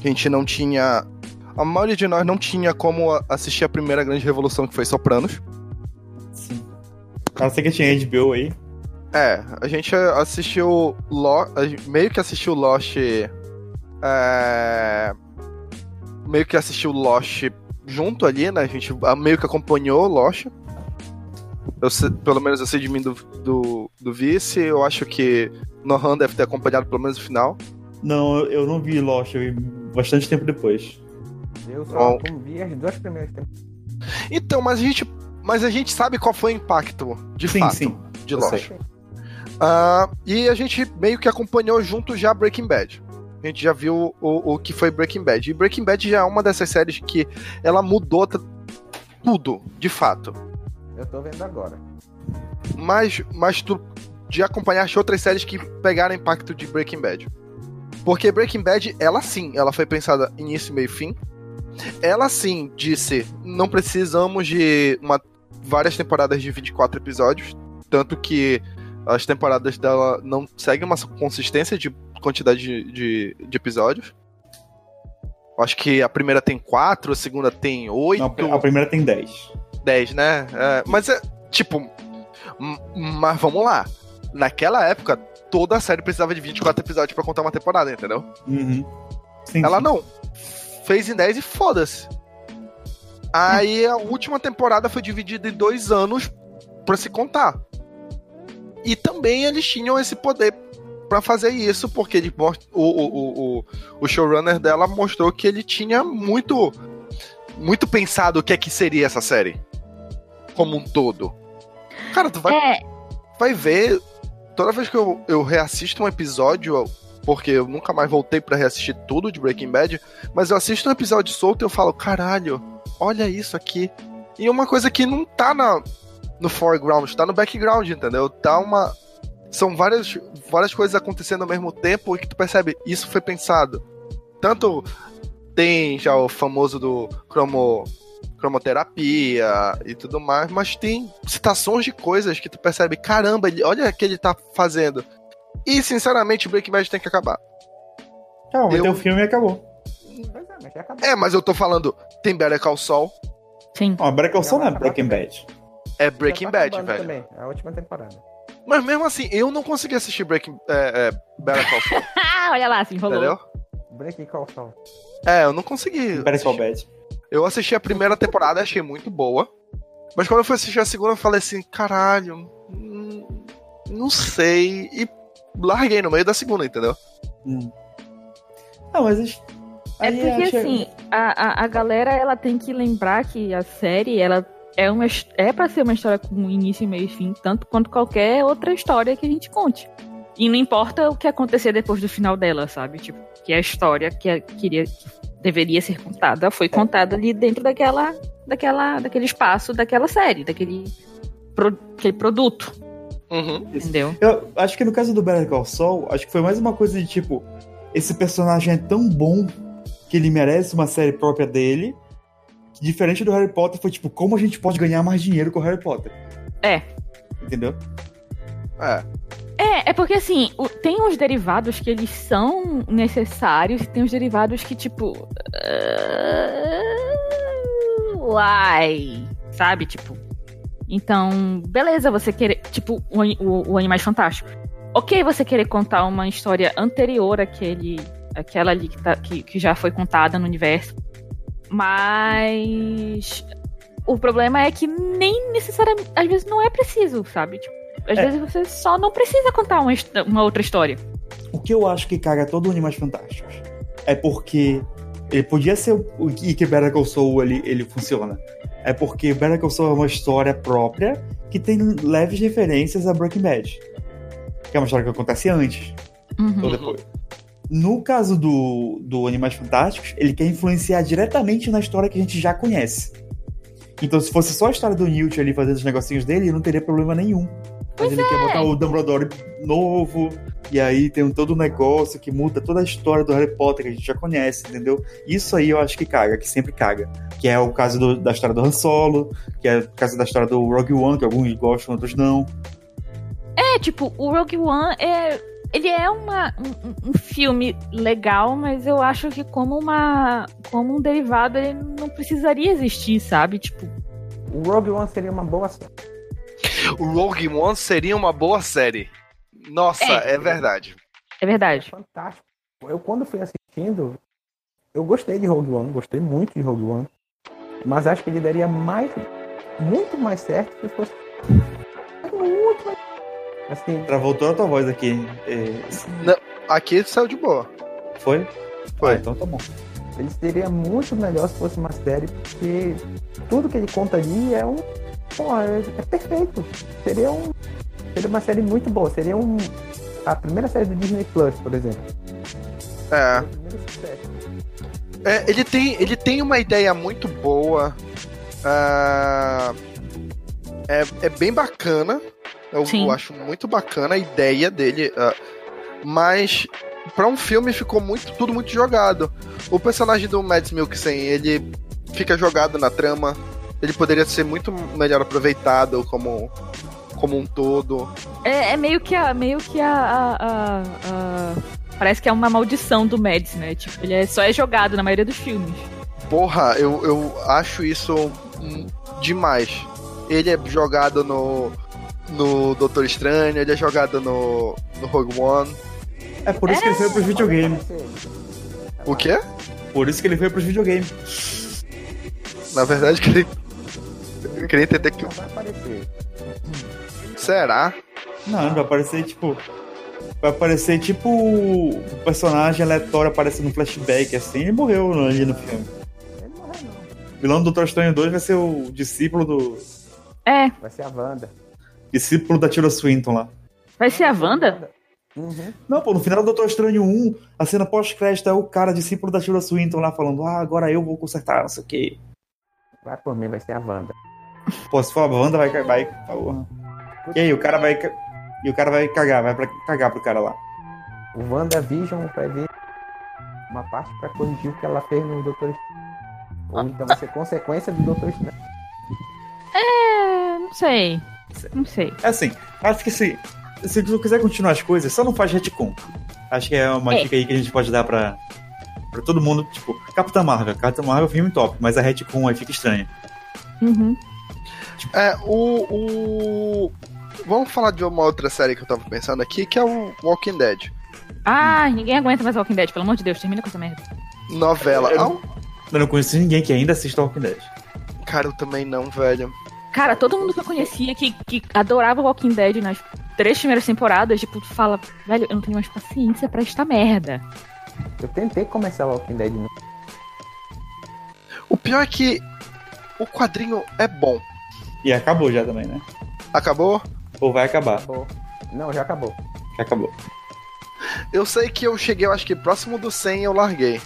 A gente não tinha. A maioria de nós não tinha como a- assistir a primeira grande revolução, que foi Sopranos.
Sim. assim. A não ser que tinha HBO aí.
É, a gente assistiu Lo- a gente meio que assistiu Lost é, meio que assistiu Lost junto ali, né? A gente a- meio que acompanhou Lost. Eu sei- pelo menos eu sei de mim do, do, do vice, eu acho que Nohan deve ter acompanhado pelo menos o final.
Não, eu- eu não vi Lost, eu vi bastante tempo depois.
Eu
Bom.
só vi as duas primeiras temporadas.
Então, mas a gente mas a gente sabe qual foi o impacto de
sim,
fato
sim.
de
eu
Lost.
sei.
Ah, e a gente meio que acompanhou junto já Breaking Bad. A gente já viu o, o que foi Breaking Bad. E Breaking Bad já é uma dessas séries que ela mudou t- tudo, de fato.
Eu tô vendo agora.
Mas, mas tu de acompanhar as outras séries que pegaram impacto de Breaking Bad. Porque Breaking Bad, ela sim, ela foi pensada início, meio e fim. Ela sim disse, não precisamos de uma, várias temporadas de 24 episódios. Tanto que as temporadas dela não seguem uma consistência de quantidade de, de, de episódios. Acho que a primeira tem quatro, a segunda tem oito.
Não, a primeira tem 10.
10, né? É, mas é, tipo, m- mas vamos lá. Naquela época, toda a série precisava de 24 episódios pra contar uma temporada, entendeu?
Uhum. Sim,
Ela
sim.
não. Fez em 10 e foda-se.
Hum.
Aí a última temporada foi dividida em dois anos pra se contar. E também eles tinham esse poder pra fazer isso, porque ele most- o, o, o, o- o showrunner dela mostrou que ele tinha muito muito pensado o que é que seria essa série como um todo. Cara, tu vai
É,
vai ver. Toda vez que eu, eu reassisto um episódio, porque eu nunca mais voltei pra reassistir tudo de Breaking Bad, mas eu assisto um episódio solto e eu falo, caralho, olha isso aqui. E uma coisa que não tá na, no foreground, tá no background, entendeu? Tá uma. São várias, várias coisas acontecendo ao mesmo tempo e que tu percebe, isso foi pensado. Tanto tem já o famoso do cromo, cromoterapia e tudo mais, mas tem citações de coisas que tu percebe, caramba, ele, olha o que ele tá fazendo. E, sinceramente, Breaking Bad tem que acabar.
Não, vai
Eu-
ter o um filme e acabou.
Pois é, mas já acabou.
É, mas eu tô falando, tem Better Call Saul,
sim.
Ó, Breaking Bad não é Breaking Bad.
é Breaking
Já tá
Bad,
acabando
velho.
Também, é a última temporada.
Mas mesmo assim, eu não consegui assistir Breaking... É, é, Better Call Saul,
Ah, olha lá, se enrolou.
entendeu?
Break Call Saul.
É, eu não consegui.
Breaking Bad.
Eu assisti a primeira temporada, achei muito boa. Mas quando eu fui assistir a segunda, eu falei assim, caralho, hum, não sei. E larguei no meio da segunda, entendeu?
Hum. Ah, mas. acho-
É
aí
porque
achei-
assim, a, a, a galera ela tem que lembrar que a série ela é uma his- é para ser uma história com início, meio e fim, tanto quanto qualquer outra história que a gente conte. E não importa o que acontecer depois do final dela, sabe? Tipo, que a história que a- queria que deveria ser contada foi contada ali dentro daquela daquela daquele espaço, daquela série, daquele pro- aquele produto,
Uhum.
entendeu?
Eu acho que no caso do Better Call Saul, acho que foi mais uma coisa de tipo, esse personagem é tão bom que ele merece uma série própria dele. Que diferente do Harry Potter, foi tipo, como a gente pode ganhar mais dinheiro com o Harry Potter?
É.
Entendeu?
É.
É, é porque assim, o- tem uns derivados que eles são necessários e tem uns derivados que, tipo. ah, Uai! Sabe? Tipo. Então, beleza, você querer. Tipo, o, ani- o, o Animais Fantásticos. Ok, você querer contar uma história anterior àquele, àquela ali que, tá- que, que já foi contada no universo. Mas. O problema é que nem necessariamente. Às vezes não é preciso, sabe? Tipo, às
É.
vezes você só não precisa contar uma, his- uma outra história.
O que eu acho que caga todo o Animais Fantásticos é porque ele podia ser o o- e que Better Call Saul ele, ele funciona. É porque Better Call Saul é uma história própria que tem leves referências a Breaking Bad. Que é uma história que acontece antes.
Uhum.
ou depois. No caso do, do Animais Fantásticos, ele quer influenciar diretamente na história que a gente já conhece. Então, se fosse só a história do Newt ali fazendo os negocinhos dele, não teria problema nenhum. Mas ele quer botar o Dumbledore novo, e aí tem um todo um negócio que muda toda a história do Harry Potter que a gente já conhece, entendeu? Isso aí eu acho que caga, que sempre caga. Que é o caso do- da história do Han Solo, que é o caso da história do Rogue One, que alguns gostam, outros não.
É, tipo, o Rogue One é. Ele é uma, um, um- um filme legal, mas eu acho que como uma. como um derivado, ele não precisaria existir, sabe? Tipo.
O Rogue One seria uma boa série.
O Rogue One seria uma boa série. Nossa, é,
É.
verdade.
É verdade.
Fantástico. Eu, quando fui assistindo, eu gostei de Rogue One, gostei muito de Rogue One. Mas acho que ele daria mais, muito mais certo se fosse. Muito mais. Assim,
Travou toda a tua voz aqui. É,
Aqui saiu de boa.
foi? Ah,
Foi.
então tá bom.
ele seria muito melhor se fosse uma série, porque tudo que ele conta ali é um. Pô, é, é perfeito. Seria um. Seria uma série muito boa. Seria um. A primeira série do Disney Plus, por exemplo.
É.
O primeiro sucesso.
É, ele, tem, ele tem uma ideia muito boa. Ah, é, é bem bacana. Eu,
Sim.
eu acho muito bacana a ideia dele. ah, mas pra um filme ficou muito tudo muito jogado. O personagem do Mads Mikkelsen, ele fica jogado na trama. Ele poderia ser muito melhor aproveitado como, como um todo.
É, é meio que a. meio que a. a- a- a- Parece que é uma maldição do Mads, né? Tipo, ele é- só é jogado na maioria dos filmes.
Porra, eu, eu acho isso um- demais. Ele é jogado no, no Doutor Estranho, ele é jogado no, no Rogue One.
É por isso que ele foi pros videogames.
O quê?
Por isso que ele foi pros videogames.
Na verdade, *laughs* eu queria, eu queria entender que.
Não vai aparecer.
Será?
Não, vai aparecer tipo. Vai aparecer tipo o personagem aleatório aparecendo no flashback, assim, e morreu ali no filme.
Ele não vai, não.
O vilão do Doutor Estranho 2 vai ser o discípulo do.
É,
Vai ser a Wanda.
discípulo da Tira Swinton lá.
vai ser a Wanda?
Uhum.
Não, pô, no final do Doutor Estranho 1, a cena pós-crédito é o cara discípulo da Tilda Swinton lá falando, ah, agora eu vou consertar, não sei o quê.
Vai por mim, vai ser a Wanda.
Pô, se for a banda, vai cagar. Vai... porra. E aí, o cara vai. ca- E o cara vai cagar, vai pra cagar pro cara lá.
O WandaVision vai vir uma parte pra corrigir o que ela fez no Doutor Estranho.
Ah.
Ou então vai ser consequência do Doutor Estranho.
É, não sei. Não sei.
É assim, acho que se, se tu quiser continuar as coisas, só não faz retcon. Acho que é uma
É.
dica aí que a gente pode dar pra, pra todo mundo. Tipo, Capitã Marvel. Capitã Marvel é um filme top, mas a retcon aí fica estranha.
Uhum.
É, o, o. Vamos falar de uma outra série que eu tava pensando aqui, que é o Walking Dead.
Ah, ninguém aguenta mais Walking Dead, pelo amor de Deus, termina com essa merda.
Novela.
É, Eu-
é
Ah, um-
Eu não conheço ninguém que ainda assista Walking Dead.
Cara, eu também não, velho.
Cara, todo mundo que eu conhecia que, que adorava Walking Dead nas três primeiras temporadas, tipo, tu fala, velho, eu não tenho mais paciência pra esta merda.
Eu tentei começar o Walking Dead no
O pior é que o quadrinho é bom.
E acabou já também, né?
Acabou?
Ou vai acabar.
acabou. Não, já acabou.
Já acabou.
Eu sei que eu cheguei, eu acho que próximo do 100 eu larguei.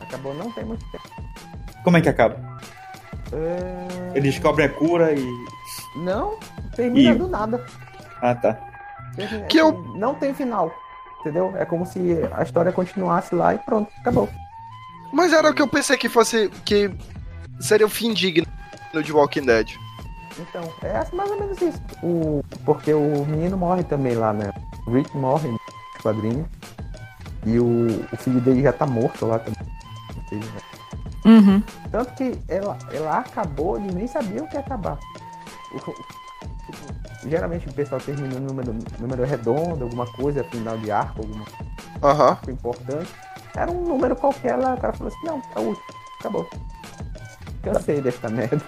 Acabou, não tem muito tempo.
Como é que acaba?
É,
Eles descobrem a cura e.
Não, termina
E-
do nada.
Ah, tá.
Termina- assim,
Que eu-
Não tem final. Entendeu? É como se a história continuasse lá e pronto, acabou.
Mas era o que eu pensei que fosse. que seria o fim digno de Walking Dead.
Então, é mais ou menos isso. O... Porque o menino morre também lá, né? O Rick morre no quadrinho. E o... o filho dele já tá morto lá também. Ou seja,
Uhum.
Tanto que ela, ela acabou, eles nem sabiam que ia acabar. O- o- tipo, geralmente o pessoal termina no número, número redondo, alguma coisa, final de arco, algum arco
Aham.
importante. Era um número qualquer lá, o cara falou assim, não, é o último, acabou. Cansei dessa merda.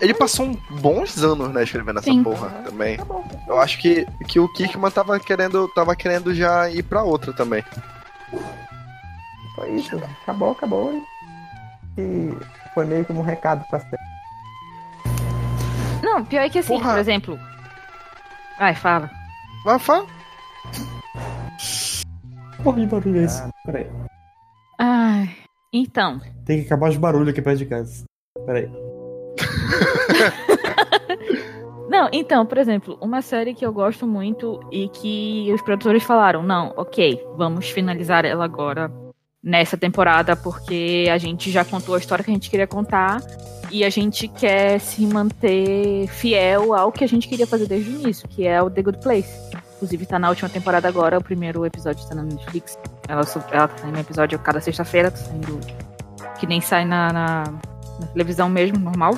Ele passou um bons anos, né, escrevendo essa
Sim.
porra também.
Acabou.
Eu acho que, que o Kirkman tava querendo, tava querendo já ir pra outra também.
Foi isso, acabou, acabou. E e foi meio como um recado pra série.
Não, pior é que assim,
Porra.
por exemplo. Ai, fala.
Mas fa-
Porra de barulho é esse?
Ah.
Peraí.
Ai. Então,
Tem que acabar os barulhos aqui perto de casa. Peraí.
Não, então, por exemplo, uma série que eu gosto muito e que os produtores falaram: não, ok, vamos finalizar ela agora nessa temporada, porque a gente já contou a história que a gente queria contar e a gente quer se manter fiel ao que a gente queria fazer desde o início, que é o The Good Place. Inclusive, tá na última temporada agora, o primeiro episódio tá na Netflix. Ela, sub- ela tá saindo um episódio cada sexta-feira, tá saindo. Que nem sai na- na, na televisão mesmo, normal.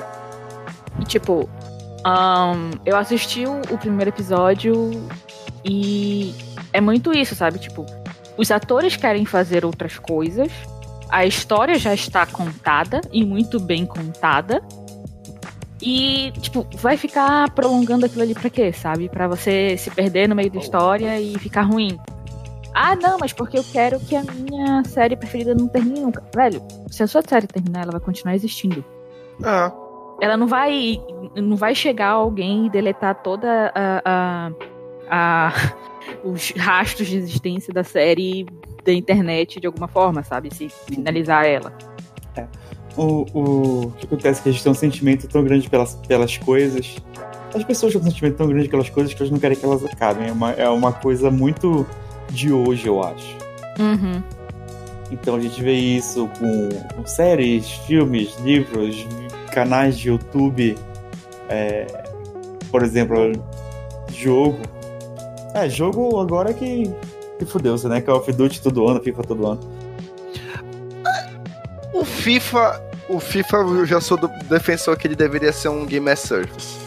E tipo, Ahn, eu assisti o, o primeiro episódio e é muito isso, sabe? Tipo, os atores querem fazer outras coisas, a história já está contada e muito bem contada. E, tipo, vai ficar prolongando aquilo ali pra quê, sabe? Pra você se perder no meio da história e ficar ruim. Ah, não, mas porque eu quero que a minha série preferida não termine nunca. Velho, se a sua série terminar, ela vai continuar existindo
Ah,
ela não vai não vai chegar alguém e deletar toda a, a- *laughs* a- os rastros de existência da série da internet de alguma forma, sabe? Se finalizar ela.
O, o- o que acontece é que a gente tem um sentimento tão grande pelas, pelas coisas. As pessoas têm um sentimento tão grande pelas coisas que elas não querem que elas acabem. É uma, é uma coisa muito de hoje, eu acho.
Uhum.
Então a gente vê isso com, com séries, filmes, livros, canais de YouTube, é, por exemplo, jogo. É, jogo agora que, que fudeu-se, né? Call of Duty todo ano, FIFA todo ano.
o FIFA o FIFA eu já sou do defensor que ele deveria ser um game as service.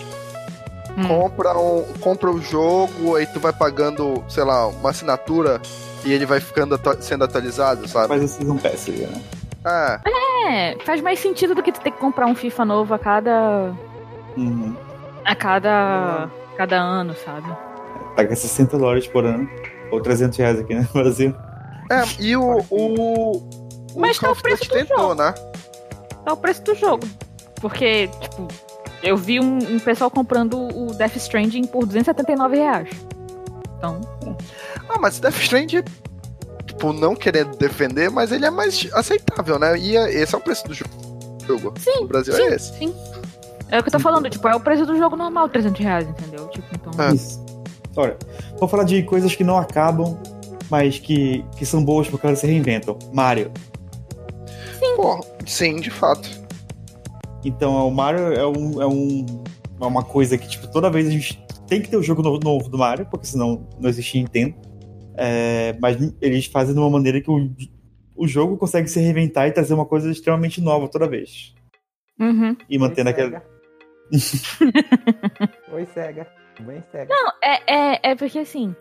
Hum.
Compra um, compra o jogo, aí tu vai pagando, sei lá, uma assinatura e ele vai ficando atua- sendo atualizado, sabe?
Faz o Season Pass aí, né?
Ah,
É, faz mais sentido do que tu ter que comprar um FIFA novo a cada.
Uhum.
a cada. cada ano, sabe?
Paga 60 dólares por ano. Ou 300 reais aqui no *laughs* Brasil.
é, e o. o, o
Mas tá o
Call of Duty
preço do jogo.
tentou, né?
É o preço do jogo. Porque, tipo, eu vi um, um pessoal comprando o Death Stranding por 279 reais. Então,
Ah, mas Death Stranding, tipo, não querendo defender, mas ele é mais aceitável, né? E é- esse é o preço do jo- jogo.
Sim,
No Brasil
sim.
é esse.
é o que eu tô falando, tipo, é o preço do jogo normal, 300 reais, entendeu? Tipo, então.
É.
Isso. Olha, vou falar de coisas que não acabam, mas que, que são boas porque elas se reinventam. Mario.
Pô, sim, de fato.
Então, é, o Mario é um, é um é uma coisa que, tipo, toda vez a gente tem que ter o um jogo novo, novo do Mario, porque senão não existe Nintendo. É, mas eles fazem de uma maneira que o, o jogo consegue se reinventar e trazer uma coisa extremamente nova toda vez.
Uhum.
E
é
mantendo aquela,
Oi, cega. Bem cega.
É, é, é porque assim.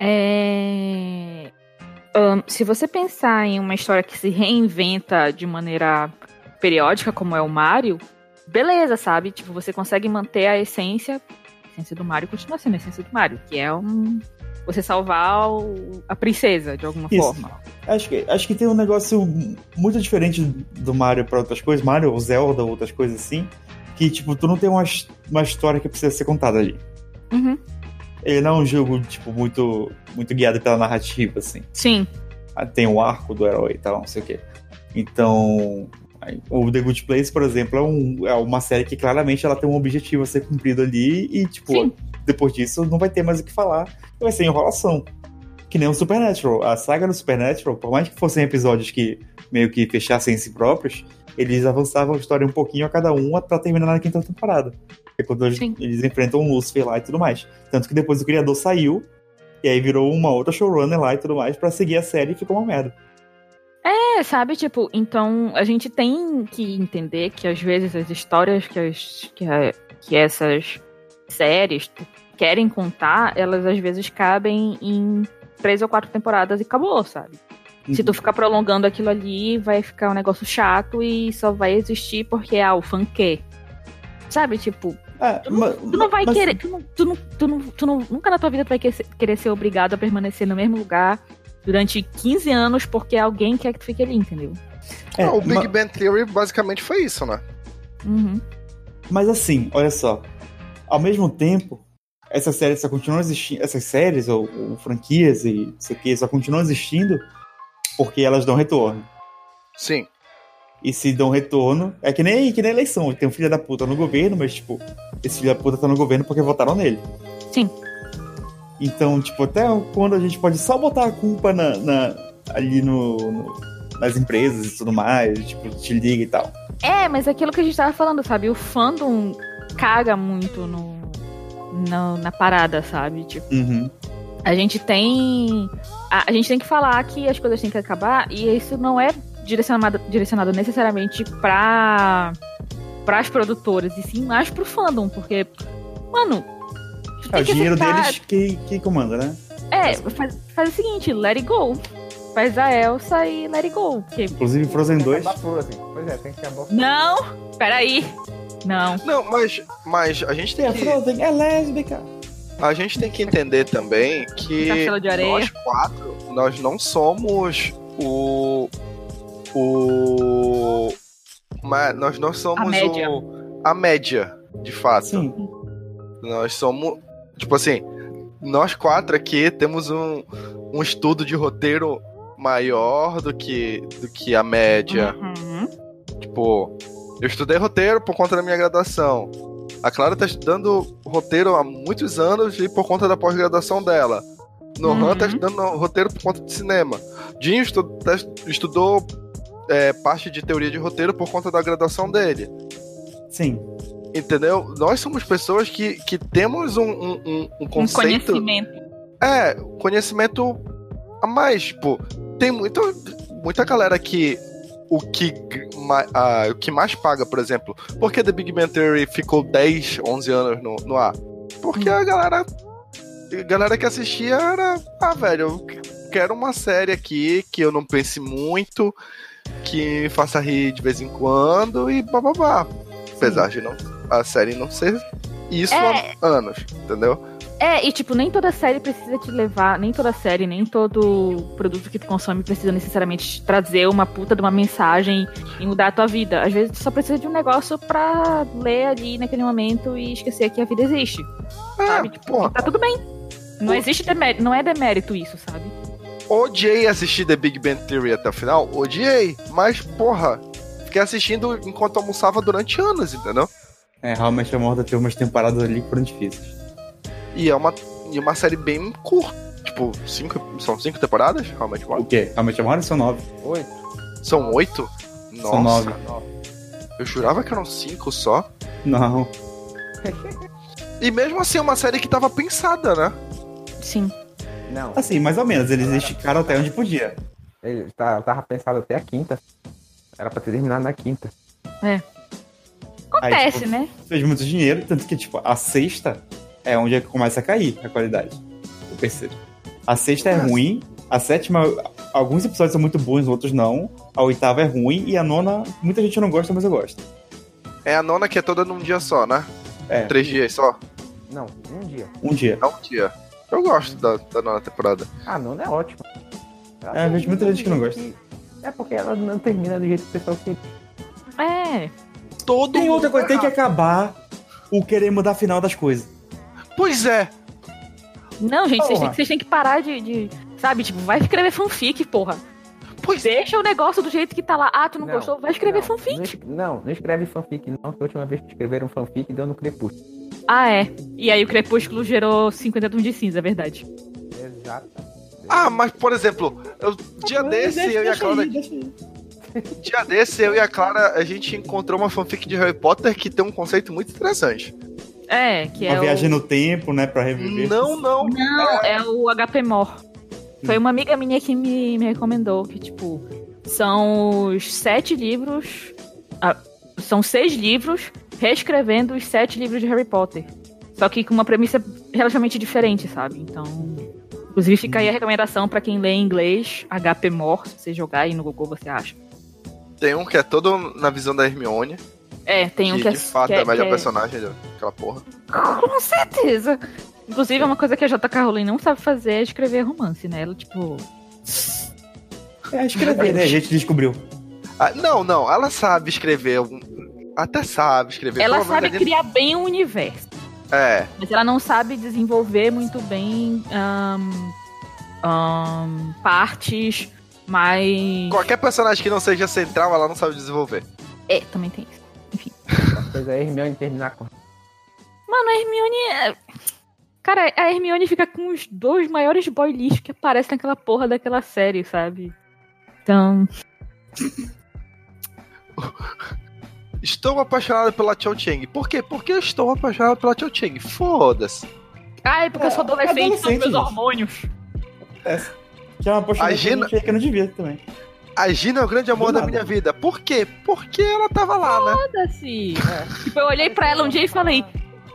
É. ahn, se você pensar em uma história que se reinventa de maneira periódica, como é o Mario, beleza, sabe? Tipo, você consegue manter a essência. A essência do Mario continua sendo a essência do Mario, que é um. Você salvar o- a princesa, de alguma
Isso.
forma.
Acho que, acho que tem um negócio muito diferente do Mario pra outras coisas, Mario ou Zelda, outras coisas assim, que tipo, tu não tem uma, his- uma história que precisa ser contada ali.
Uhum.
Ele não é um jogo tipo muito muito guiado pela narrativa assim.
Sim.
Ah, Tem o arco do herói e tal, não sei o quê. Então, aí, o The Good Place, por exemplo, é, um- é uma série que claramente ela tem um objetivo a ser cumprido ali e tipo,
Sim.
depois disso não vai ter mais o que falar, vai ser enrolação. Que nem o Supernatural. A saga do Supernatural, por mais que fossem episódios que meio que fechassem em si próprios, eles avançavam a história um pouquinho a cada um pra terminar na quinta temporada. Que é quando eles,
Sim.
eles enfrentam o Lucifer lá e tudo mais. Tanto que depois o criador saiu, e aí virou uma outra showrunner lá e tudo mais, pra seguir a série e ficou uma merda.
É, sabe, tipo, então a gente tem que entender que às vezes as histórias que, as, que, a- que essas séries querem contar, elas às vezes cabem em três ou quatro temporadas e acabou, sabe? Se
Uhum.
tu ficar prolongando aquilo ali, vai ficar um negócio chato e só vai existir porque, ah, o fã quer. Sabe, tipo,
É,
tu não-
ma-
tu não vai
mas-
querer. Tu, não, tu, não, tu, não, tu não- nunca na tua vida tu vai querer ser, querer ser obrigado a permanecer no mesmo lugar durante 15 anos porque alguém quer que tu fique ali, entendeu?
é,
Ah, o Big
ma-
Bang Theory basicamente foi isso, né?
Uhum.
Mas assim, olha só. Ao mesmo tempo, essas séries só continuam existindo. Essas séries, ou, ou franquias e não sei o que, só continuam existindo porque elas dão retorno.
Sim.
E se dão retorno. É que nem, que nem eleição. Tem um filho da puta no governo, mas, tipo, esse filho da puta tá no governo porque votaram nele.
Sim.
Então, tipo, até quando a gente pode só botar a culpa na, na- ali no, no- nas empresas e tudo mais, tipo, te liga e tal.
É, mas é aquilo que a gente tava falando, sabe? O fandom caga muito no, no- na parada, sabe? Tipo,
Uhum.
a gente tem. A, a gente tem que falar que as coisas têm que acabar e isso não é direcionado, direcionado necessariamente pra. pras produtoras, e sim mais pro fandom, porque. Mano. tu
É
tem
o
que
dinheiro
aceitar-
deles que, que comanda, né?
É, faz, faz o seguinte, let it go. Faz a Elsa e let it go. Porque...
Inclusive Frozen
Tem que
2.
acabar Frozen. Pois é, tem que acabar Frozen.
Não! Peraí! Não.
Não, mas, mas a gente tem que.
Frozen é lésbica.
A gente tem que entender também que
Castelo de areia.
nós quatro, nós não somos o. O. ma- nós não somos
média.
o. A média, de fato.
Sim.
Nós somos. Tipo assim, nós quatro aqui temos um, um estudo de roteiro maior do que, do que a média.
Uhum.
Tipo, eu estudei roteiro por conta da minha graduação. A Clara tá estudando roteiro há muitos anos e por conta da pós-graduação dela. Nohan
Uhum.
tá estudando roteiro por conta de cinema. Dinho estu- tá- estudou é, parte de teoria de roteiro por conta da graduação dele.
Sim.
Entendeu? Nós somos pessoas que, que temos um, um, um- um conceito.
Um conhecimento.
É, conhecimento então, a mais, tipo, tem muita, muita galera que o que g- ma- a- o que mais paga, por exemplo. Por que The Big Bang Theory ficou 10, 11 anos no, no ar? Porque
Hum.
a galera. A galera que assistia era. Ah, velho, eu qu- quero uma série aqui que eu não pense muito, que me faça rir de vez em quando e bababá. Apesar de não, a série não ser isso
É.
há anos, entendeu?
É, e tipo, nem toda série precisa te levar, nem toda série, nem todo produto que tu consome precisa necessariamente te trazer uma puta de uma mensagem e mudar a tua vida. Às vezes tu só precisa de um negócio pra ler ali naquele momento e esquecer que a vida existe. Sabe?
É,
Tipo,
porra,
Tá tudo bem. Não existe demérito, não é demérito isso, sabe?
odiei assistir The Big Bang Theory até o final, odiei, mas porra, fiquei assistindo enquanto almoçava durante anos, entendeu?
É, realmente a Morda teve umas temporadas ali que foram difíceis.
E é uma, e uma série bem curta. Tipo, cinco, são cinco temporadas? Realmente,
O
mano?
quê? Realmente a Morda são nove.
Oito.
São oito? Nossa,
São nove.
eu jurava que eram cinco só.
Não.
E mesmo assim, é uma série que tava pensada, né?
Sim.
Não,
Assim, mais ou menos, eles esticaram até onde podia.
ele tá, tava pensado até a quinta. Era pra ter terminado na quinta.
Acontece,
tipo,
né?
Fez muito dinheiro, tanto que, tipo, a sexta é onde começa a cair a qualidade. Eu percebo. A sexta é
Nossa.
ruim, a sétima, alguns episódios são muito bons, outros não. A oitava é ruim e a nona, muita gente não gosta, mas eu gosto.
É a nona que é toda num dia só, né?
É,
Três dias só.
Não, um dia.
um dia.
É um dia. Eu gosto da, da nona temporada.
Ah, não, não é ótimo. Ela
É,
termina
gente, muita gente
do
que não
jeito que- É porque ela não termina do jeito que o pessoal queria.
É.
Todo
Tem um- outra
mundo
coisa, tem que
tá errado.
acabar o querer mudar a final das coisas.
Pois é.
Não, gente, vocês
Porra.
têm, vocês têm que parar de, de- Sabe, tipo, vai escrever fanfic, porra.
Pois é.
Deixa o negócio do jeito que tá lá. Ah, tu não,
Não,
gostou? Vai escrever
não,
fanfic.
Não, es- não, não escreve fanfic, não, que a última vez que escreveram fanfic deu no crepúsculo.
Ah, é. E aí o Crepúsculo gerou 50 tons de cinza, é verdade.
Exato.
Ah, mas por exemplo, eu, dia desse eu e a Clara Dia desse, eu e a Clara, a gente encontrou uma fanfic de Harry Potter que tem um conceito muito interessante.
É, que
Uma
é
viagem
o...
no tempo, né, pra reviver.
Não, não.
Não, é o HP Mor.
Hum.
Foi uma amiga minha que me, me recomendou, que, tipo, são os sete livros... ah, são seis livros reescrevendo os sete livros de Harry Potter. Só que com uma premissa relativamente diferente, sabe? Então... Inclusive fica
Hum.
aí a recomendação pra quem lê em inglês, HP Mor, se você jogar aí no Google, você acha.
Tem um que é todo na visão da Hermione,
É, tem um
que,
que é...
de fato é a melhor
que
personagem daquela porra.
Com certeza. Inclusive, é uma coisa que a J.K. Rowling não sabe fazer é escrever romance, né? Ela, tipo.
É escrever, né? A gente descobriu.
Ah, não, não, ela sabe escrever. um- Até sabe escrever.
Ela
pelo menos
é
sabe
ali-
criar bem o universo,
É,
mas ela não sabe desenvolver muito bem ahn, ahn, partes mais.
qualquer personagem que não seja central, ela não sabe desenvolver.
É, também tem isso.
Pois é, Hermione terminar com.
Mano, a Hermione. é- Cara, a Hermione fica com os dois maiores boy lixo que aparecem naquela porra daquela série, sabe? Então.
Estou apaixonado pela Cho Chang. Por quê? Porque eu estou apaixonado pela Cho Chang. Foda-se.
Ai, porque eu sou
É,
adolescente, são os
adolescente,
meus
gente.
hormônios.
Que é uma postura
A
que eu
Gina-
achei que eu não devia também.
A Gina é o grande amor
Do
da
nada.
minha vida. Por quê? Porque ela tava lá, né?
Foda-se. Tipo, eu olhei pra ela um dia e falei: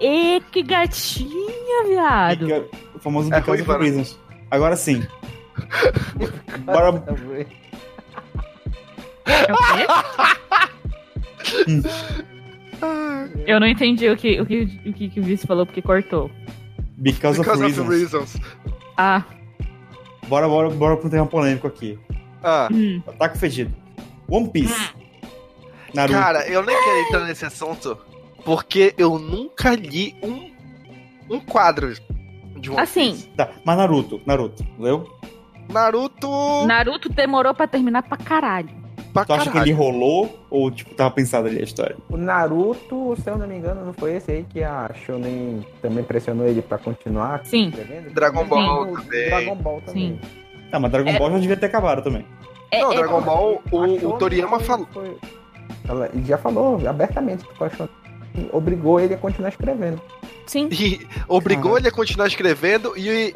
Ê, que gatinha, viado.
Bica- O famoso
É
Because
ruim,
of Reasons. Agora sim. Bora.
É o
Ah,
quê? Eu não entendi o que o, que, o, que, que o Vice falou porque cortou.
Because, of,
because
reasons.
of reasons.
Ah,
Bora, bora, bora pra um tema polêmico aqui.
Ah.
hum.
Ataque fedido. One Piece. Naruto.
Cara, eu nem quero entrar nesse assunto porque eu nunca li um, um quadro de One Piece.
assim,
Tá, Mas Naruto, Naruto, leu?
Naruto
Naruto demorou pra terminar pra caralho.
pra
Tu acha
Ah, caralho.
que ele rolou ou, tipo, tava pensado ali a história?
O Naruto, se eu não me engano, não foi esse aí que a Shonen também pressionou ele pra continuar
Sim.
escrevendo?
Dragon
Ball
Sim.
também.
Dragon Ball também.
Tá, mas Dragon
É.
Ball já devia ter acabado também.
É,
Não,
é-
Dragon Ball,
A
o, o
Shonen
Toriyama
foi-
falou.
foi- Ela ele já falou abertamente que a Shonen obrigou ele a continuar escrevendo.
Sim.
E
Ah.
obrigou ele a continuar escrevendo e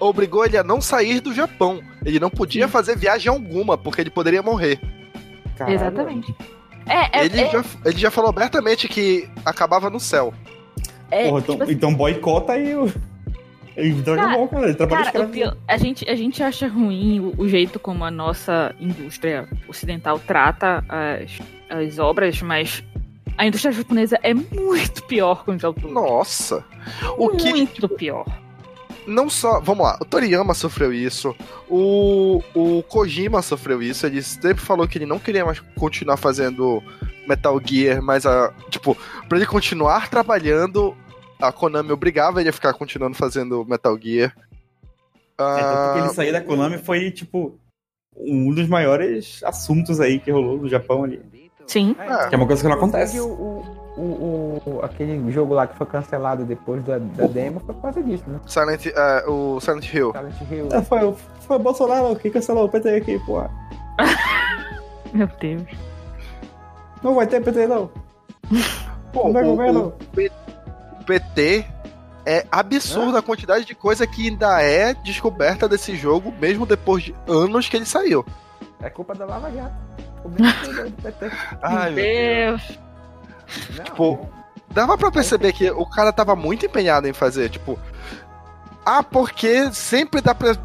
obrigou ele a não sair do
Hum.
Japão. Ele não podia fazer viagem alguma porque ele poderia morrer.
Caralho.
Exatamente. É, é,
é ele,
é,
Já, ele já falou abertamente que acabava no céu.
é,
Porra,
tipo
então, então boicota aí o. *laughs* o Dragon
Cara,
Ball, cara. Ele trabalha
Cara, o
escravo.
pior- a, gente, a gente acha ruim o, o jeito como a nossa indústria ocidental trata as, as obras, mas a indústria japonesa é muito pior com os autores.
Nossa! O que
muito pior.
não só. Vamos lá, o Toriyama sofreu isso, o, o Kojima sofreu isso, ele sempre falou que ele não queria mais continuar fazendo Metal Gear, mas a. Tipo, pra ele continuar trabalhando, a Konami obrigava ele a ficar continuando fazendo Metal Gear.
É, tanto que
Ah,
ele sair da Konami foi, tipo, um dos maiores assuntos aí que rolou no Japão ali.
Sim.
Que é uma coisa que não acontece.
Inclusive, O, o, o- o- aquele jogo lá que foi cancelado depois da, da demo foi por causa disso, né?
Silent, é, o Silent Hill.
Silent Hill.
É, foi, foi o Bolsonaro que cancelou o PT aqui, pô.
Meu Deus.
Não vai ter PT, não.
Pô, o, o PT é absurda a quantidade de coisa que ainda é descoberta desse jogo, mesmo depois de anos que ele saiu.
É culpa da Lava Jato. O mesmo que o do PT.
Ai,
meu Deus.
Não,
Tipo, dava pra perceber que o cara tava muito empenhado em fazer, tipo. Ah, porque sempre dá pra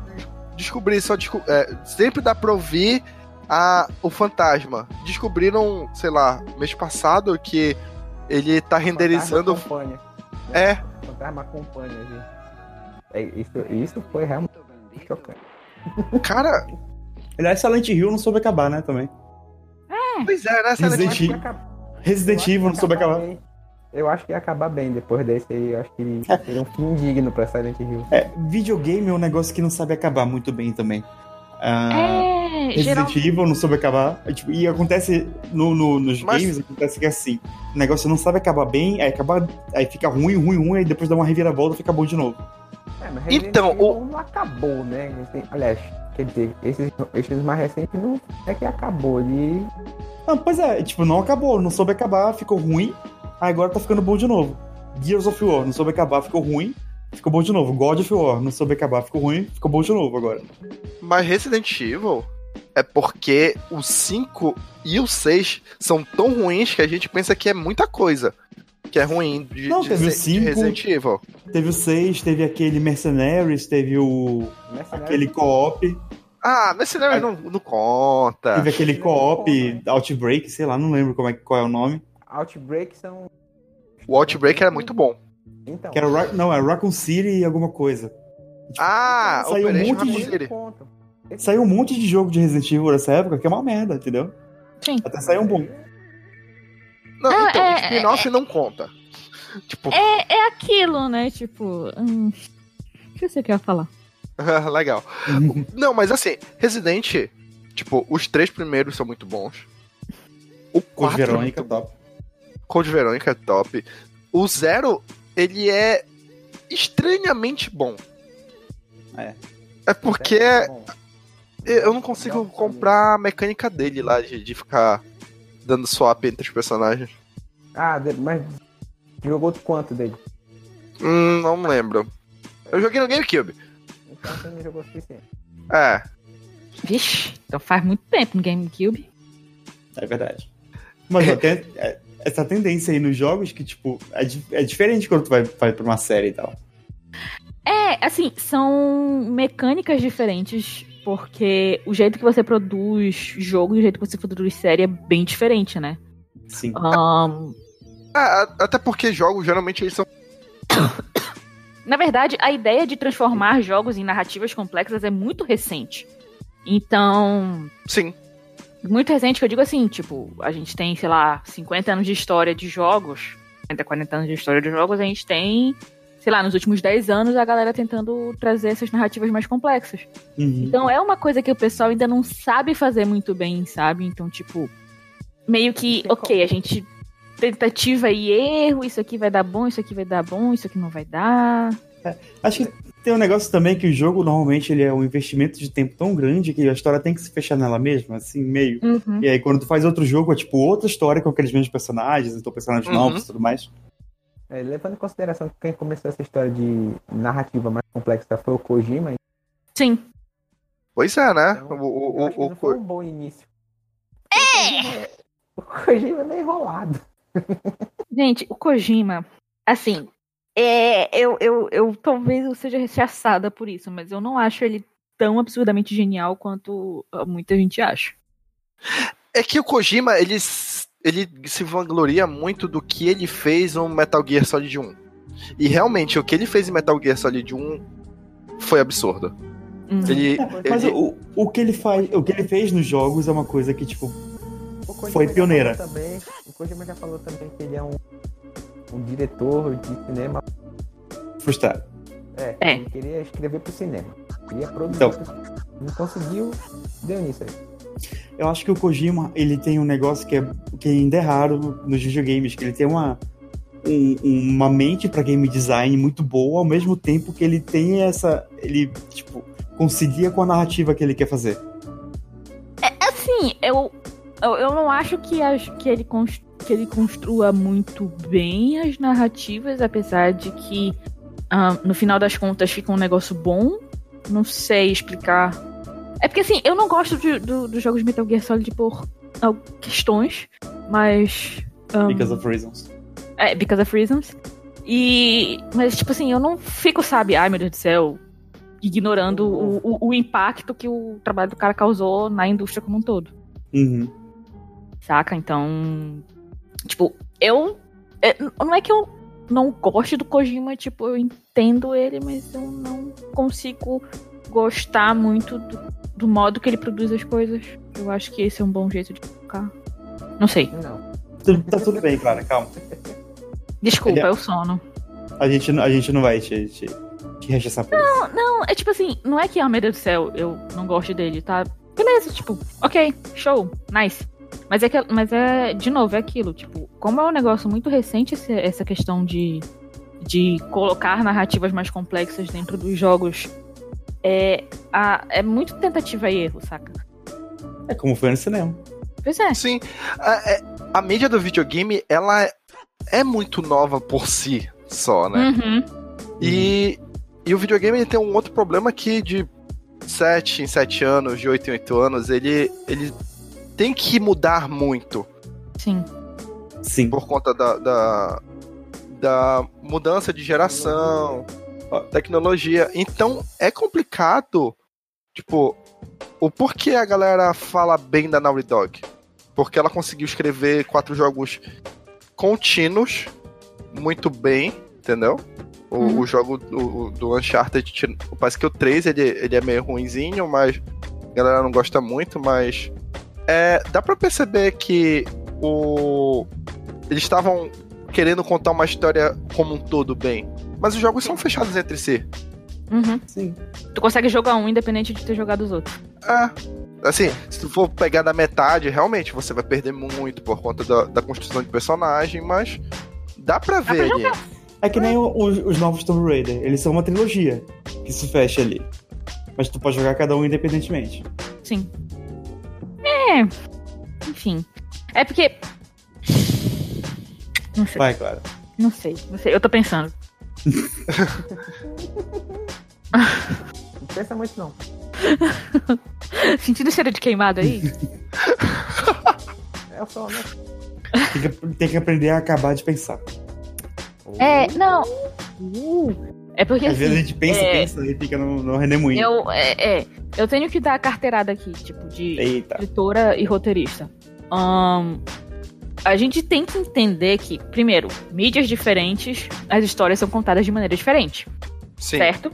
descobrir, só desco- é, sempre dá pra ouvir a, o fantasma. Descobriram, sei lá, mês passado que ele tá renderizando.
Fantasma acompanha.
É,
Fantasma acompanha, gente. É, isso, isso foi realmente chocante.
cara,
Aliás, Silent Hill não soube acabar, né, também.
pois é, né? Silent
Resident
Hill?
Evil. Resident Evil não soube acabar.
Bem. Eu acho que ia acabar bem depois desse aí. Eu acho que seria um fim digno pra Silent Hill.
É, videogame é um negócio que não sabe acabar muito bem também. Ah, *laughs*
é, geral,
Resident Evil não soube acabar. É, tipo, e acontece no, no- nos
Mas-
games, acontece que é assim. O negócio não sabe acabar bem, aí acaba. Aí fica ruim, ruim, ruim, aí depois dá uma reviravolta fica bom de novo.
É, mas
Então,
Resident Evil não acabou, né? Assim, Aliás, quer dizer, esses, esses mais recentes não é que acabou. Ele
Ah, pois é, tipo, não acabou, não soube acabar, ficou ruim, aí agora tá ficando bom de novo. Gears of War, não soube acabar, ficou ruim, ficou bom de novo. God of War, não soube acabar, ficou ruim, ficou bom de novo agora.
Mas Resident Evil é porque o 5 e o 6 são tão ruins que a gente pensa que é muita coisa. Que é ruim de,
Não,
de
teve o
ser- de
cinco.
Resident Evil.
Teve o 6, teve aquele Mercenaries, teve o.
começa né?
aquele co-op,
Ah, mas esse nome
Ah.
não, não conta.
teve aquele co-op Outbreak, sei lá, não lembro como é, que- qual é o nome.
Outbreak são.
O Outbreak era muito bom.
Tipo,
Então,
Que era, Ra- não, era Raccoon City e alguma coisa.
Ah,
é
Saiu um
Operation
monte de-
Raccoon City.
ponto.
Saiu
é
um monte de jogo de Resident Evil nessa época, que é uma merda, entendeu?
Sim.
Até saiu um bom.
Não,
Não,
então,
é-
spin-off não conta. *laughs* Tipo,
É, é aquilo, né? Tipo. Hum, o que você quer falar? É.
*laughs* legal.
*laughs*
Não, mas assim, Resident, tipo, os três primeiros são muito bons. O
Code
quarto é
Verônica,
muito
top.
Code Verônica é top. O Zero, ele é estranhamente bom.
É.
É porque
Bom,
eu não consigo comprar a mecânica dele lá, de, de ficar dando swap entre os personagens.
Ah, de- mas jogou quanto dele?
Hum, não lembro. Eu joguei no GameCube.
Então você não jogou o suficiente.
É.
Vixe, então faz muito tempo no GameCube.
É verdade. Mas ó, tem *laughs* é, essa tendência aí nos jogos que, tipo, é, di- é diferente quando tu vai, vai pra uma série e tal.
É, assim, são mecânicas diferentes, porque o jeito que você produz jogo e o jeito que você produz série é bem diferente, né?
Sim.
Ahn,
Ah, a- até porque jogos geralmente eles são.
na verdade, a ideia de transformar jogos em narrativas complexas é muito recente. Então,
Sim.
muito recente que eu digo assim, tipo, a gente tem, sei lá, 50 anos de história de jogos, 50, 40 anos de história de jogos, a gente tem, sei lá, nos últimos 10 anos a galera tentando trazer essas narrativas mais complexas.
Uhum.
Então é uma coisa que o pessoal ainda não sabe fazer muito bem, sabe? Então, tipo, meio que, ok, a gente tentativa e erro, isso aqui vai dar bom, isso aqui vai dar bom, isso aqui não vai dar.
Acho que tem um negócio também que o jogo normalmente ele é um investimento de tempo tão grande que a história tem que se fechar nela mesma, assim, meio.
Uhum.
E aí quando tu faz outro jogo, é tipo outra história com aqueles mesmos personagens, então personagens
Uhum.
novos e tudo mais.
É, levando em consideração que quem começou essa história de narrativa mais complexa foi o Kojima,
Sim.
Pois é, né?
Então,
O, o,
eu acho que
o, o,
É!
não foi um bom início. O Kojima é meio enrolado.
Gente, o Kojima, assim, é, eu, eu, eu talvez eu seja rechaçada por isso, mas eu não acho ele tão absurdamente genial quanto ah, muita gente acha.
É que o Kojima, ele, s- ele se vangloria muito do que ele fez no Metal Gear Solid 1. E realmente, o que ele fez em Metal Gear Solid 1 foi absurdo.
Hum.
Ele,
Mas
ele-
o, o que ele faz, o que ele fez nos jogos é uma coisa que, tipo,
O Kojima
Foi
já
pioneira.
falou Também, o Kojima já falou também que ele é um, um diretor de cinema.
frustrado.
É,
É.
ele queria escrever pro cinema. Queria produzir.
Então.
pro cinema. Não conseguiu, deu nisso aí.
Eu acho que o Kojima, ele tem um negócio que, é, que ainda é raro nos videogames, que ele tem uma, um- uma mente pra game design muito boa, ao mesmo tempo que ele tem essa... Ele, tipo, concilia com a narrativa que ele quer fazer.
Assim, eu, eu, eu não acho que, as, que, ele cons- que ele construa muito bem as narrativas, apesar de que ah, no final das contas fica um negócio bom. Não sei explicar. É porque assim, eu não gosto de- do- dos jogos de Metal Gear Solid por ah, questões, mas. ah,
Because of Reasons.
é, Because of Reasons. E. Mas, tipo assim, eu não fico, sabe, ai meu Deus do céu, ignorando o, o, o impacto que o trabalho do cara causou na indústria como um todo.
Uhum.
Saca? Então. Tipo, eu. é, não é que eu não goste do Kojima, tipo, eu entendo ele, mas eu não consigo gostar muito do, do modo que ele produz as coisas. Eu acho que esse é um bom jeito de colocar. Não sei.
Não.
Tu- Tá tudo bem, Clara, calma.
Desculpa,
Ele é-
é o sono.
A gente, não- a gente não vai te, te, te rechaçar por isso.
Não, é tipo assim, não é que, ah, meu Deus do céu, eu não gosto dele, tá? Beleza, tipo, ok, show, nice. Mas é, que, mas é de novo, é aquilo, tipo, como é um negócio muito recente esse- essa questão de, de colocar narrativas mais complexas dentro dos jogos, é, a- é muito tentativa e erro, saca?
É como foi no cinema.
Pois é.
Sim, a, é- a mídia do videogame, ela é muito nova por si só, né?
Uhum.
E, e o videogame ele tem um outro problema que de 7 em 7 anos, de 8 em 8 anos, ele, ele tem que mudar muito
Sim.
Sim.
por conta da, da, da mudança de geração, tecnologia. Então é complicado, tipo, o porquê a galera fala bem da Naughty Dog? Porque ela conseguiu escrever quatro jogos contínuos, muito bem, entendeu? O,
Uhum.
o jogo do, do Uncharted, tira- parece que o 3 ele, ele é meio ruinzinho, mas a galera não gosta muito, mas. É, dá pra perceber que o. Eles estavam querendo contar uma história como um todo bem. Mas os jogos são fechados entre si.
Uhum.
Sim.
Tu consegue jogar um independente de ter jogado os outros.
É. Assim, se tu for pegar da metade, realmente você vai perder muito por conta da, da construção de personagem, mas dá pra
Dá
ver
pra
ali.
É que nem o- os, os novos Tomb Raider. Eles são uma trilogia que se fecha ali. Mas tu pode jogar cada um independentemente.
Sim. É. Enfim. É porque. Não sei.
Vai, Clara.
Não sei, não sei. Eu tô pensando.
Não pensa muito, não.
Sentindo o cheiro de queimado aí?
É o só, né?
Tem que, tem que aprender a acabar de pensar.
*laughs* é, não. É
*laughs*
porque
Às vezes a
assim,
gente pensa,
é.
pensa e fica no, no redemoinho.
eu, é, é, eu tenho que dar a carteirada aqui, tipo, de
Eita.
escritora e roteirista. Ahn, a gente tem que entender que, primeiro, mídias diferentes, as histórias são contadas de maneira diferente.
Sim.
certo?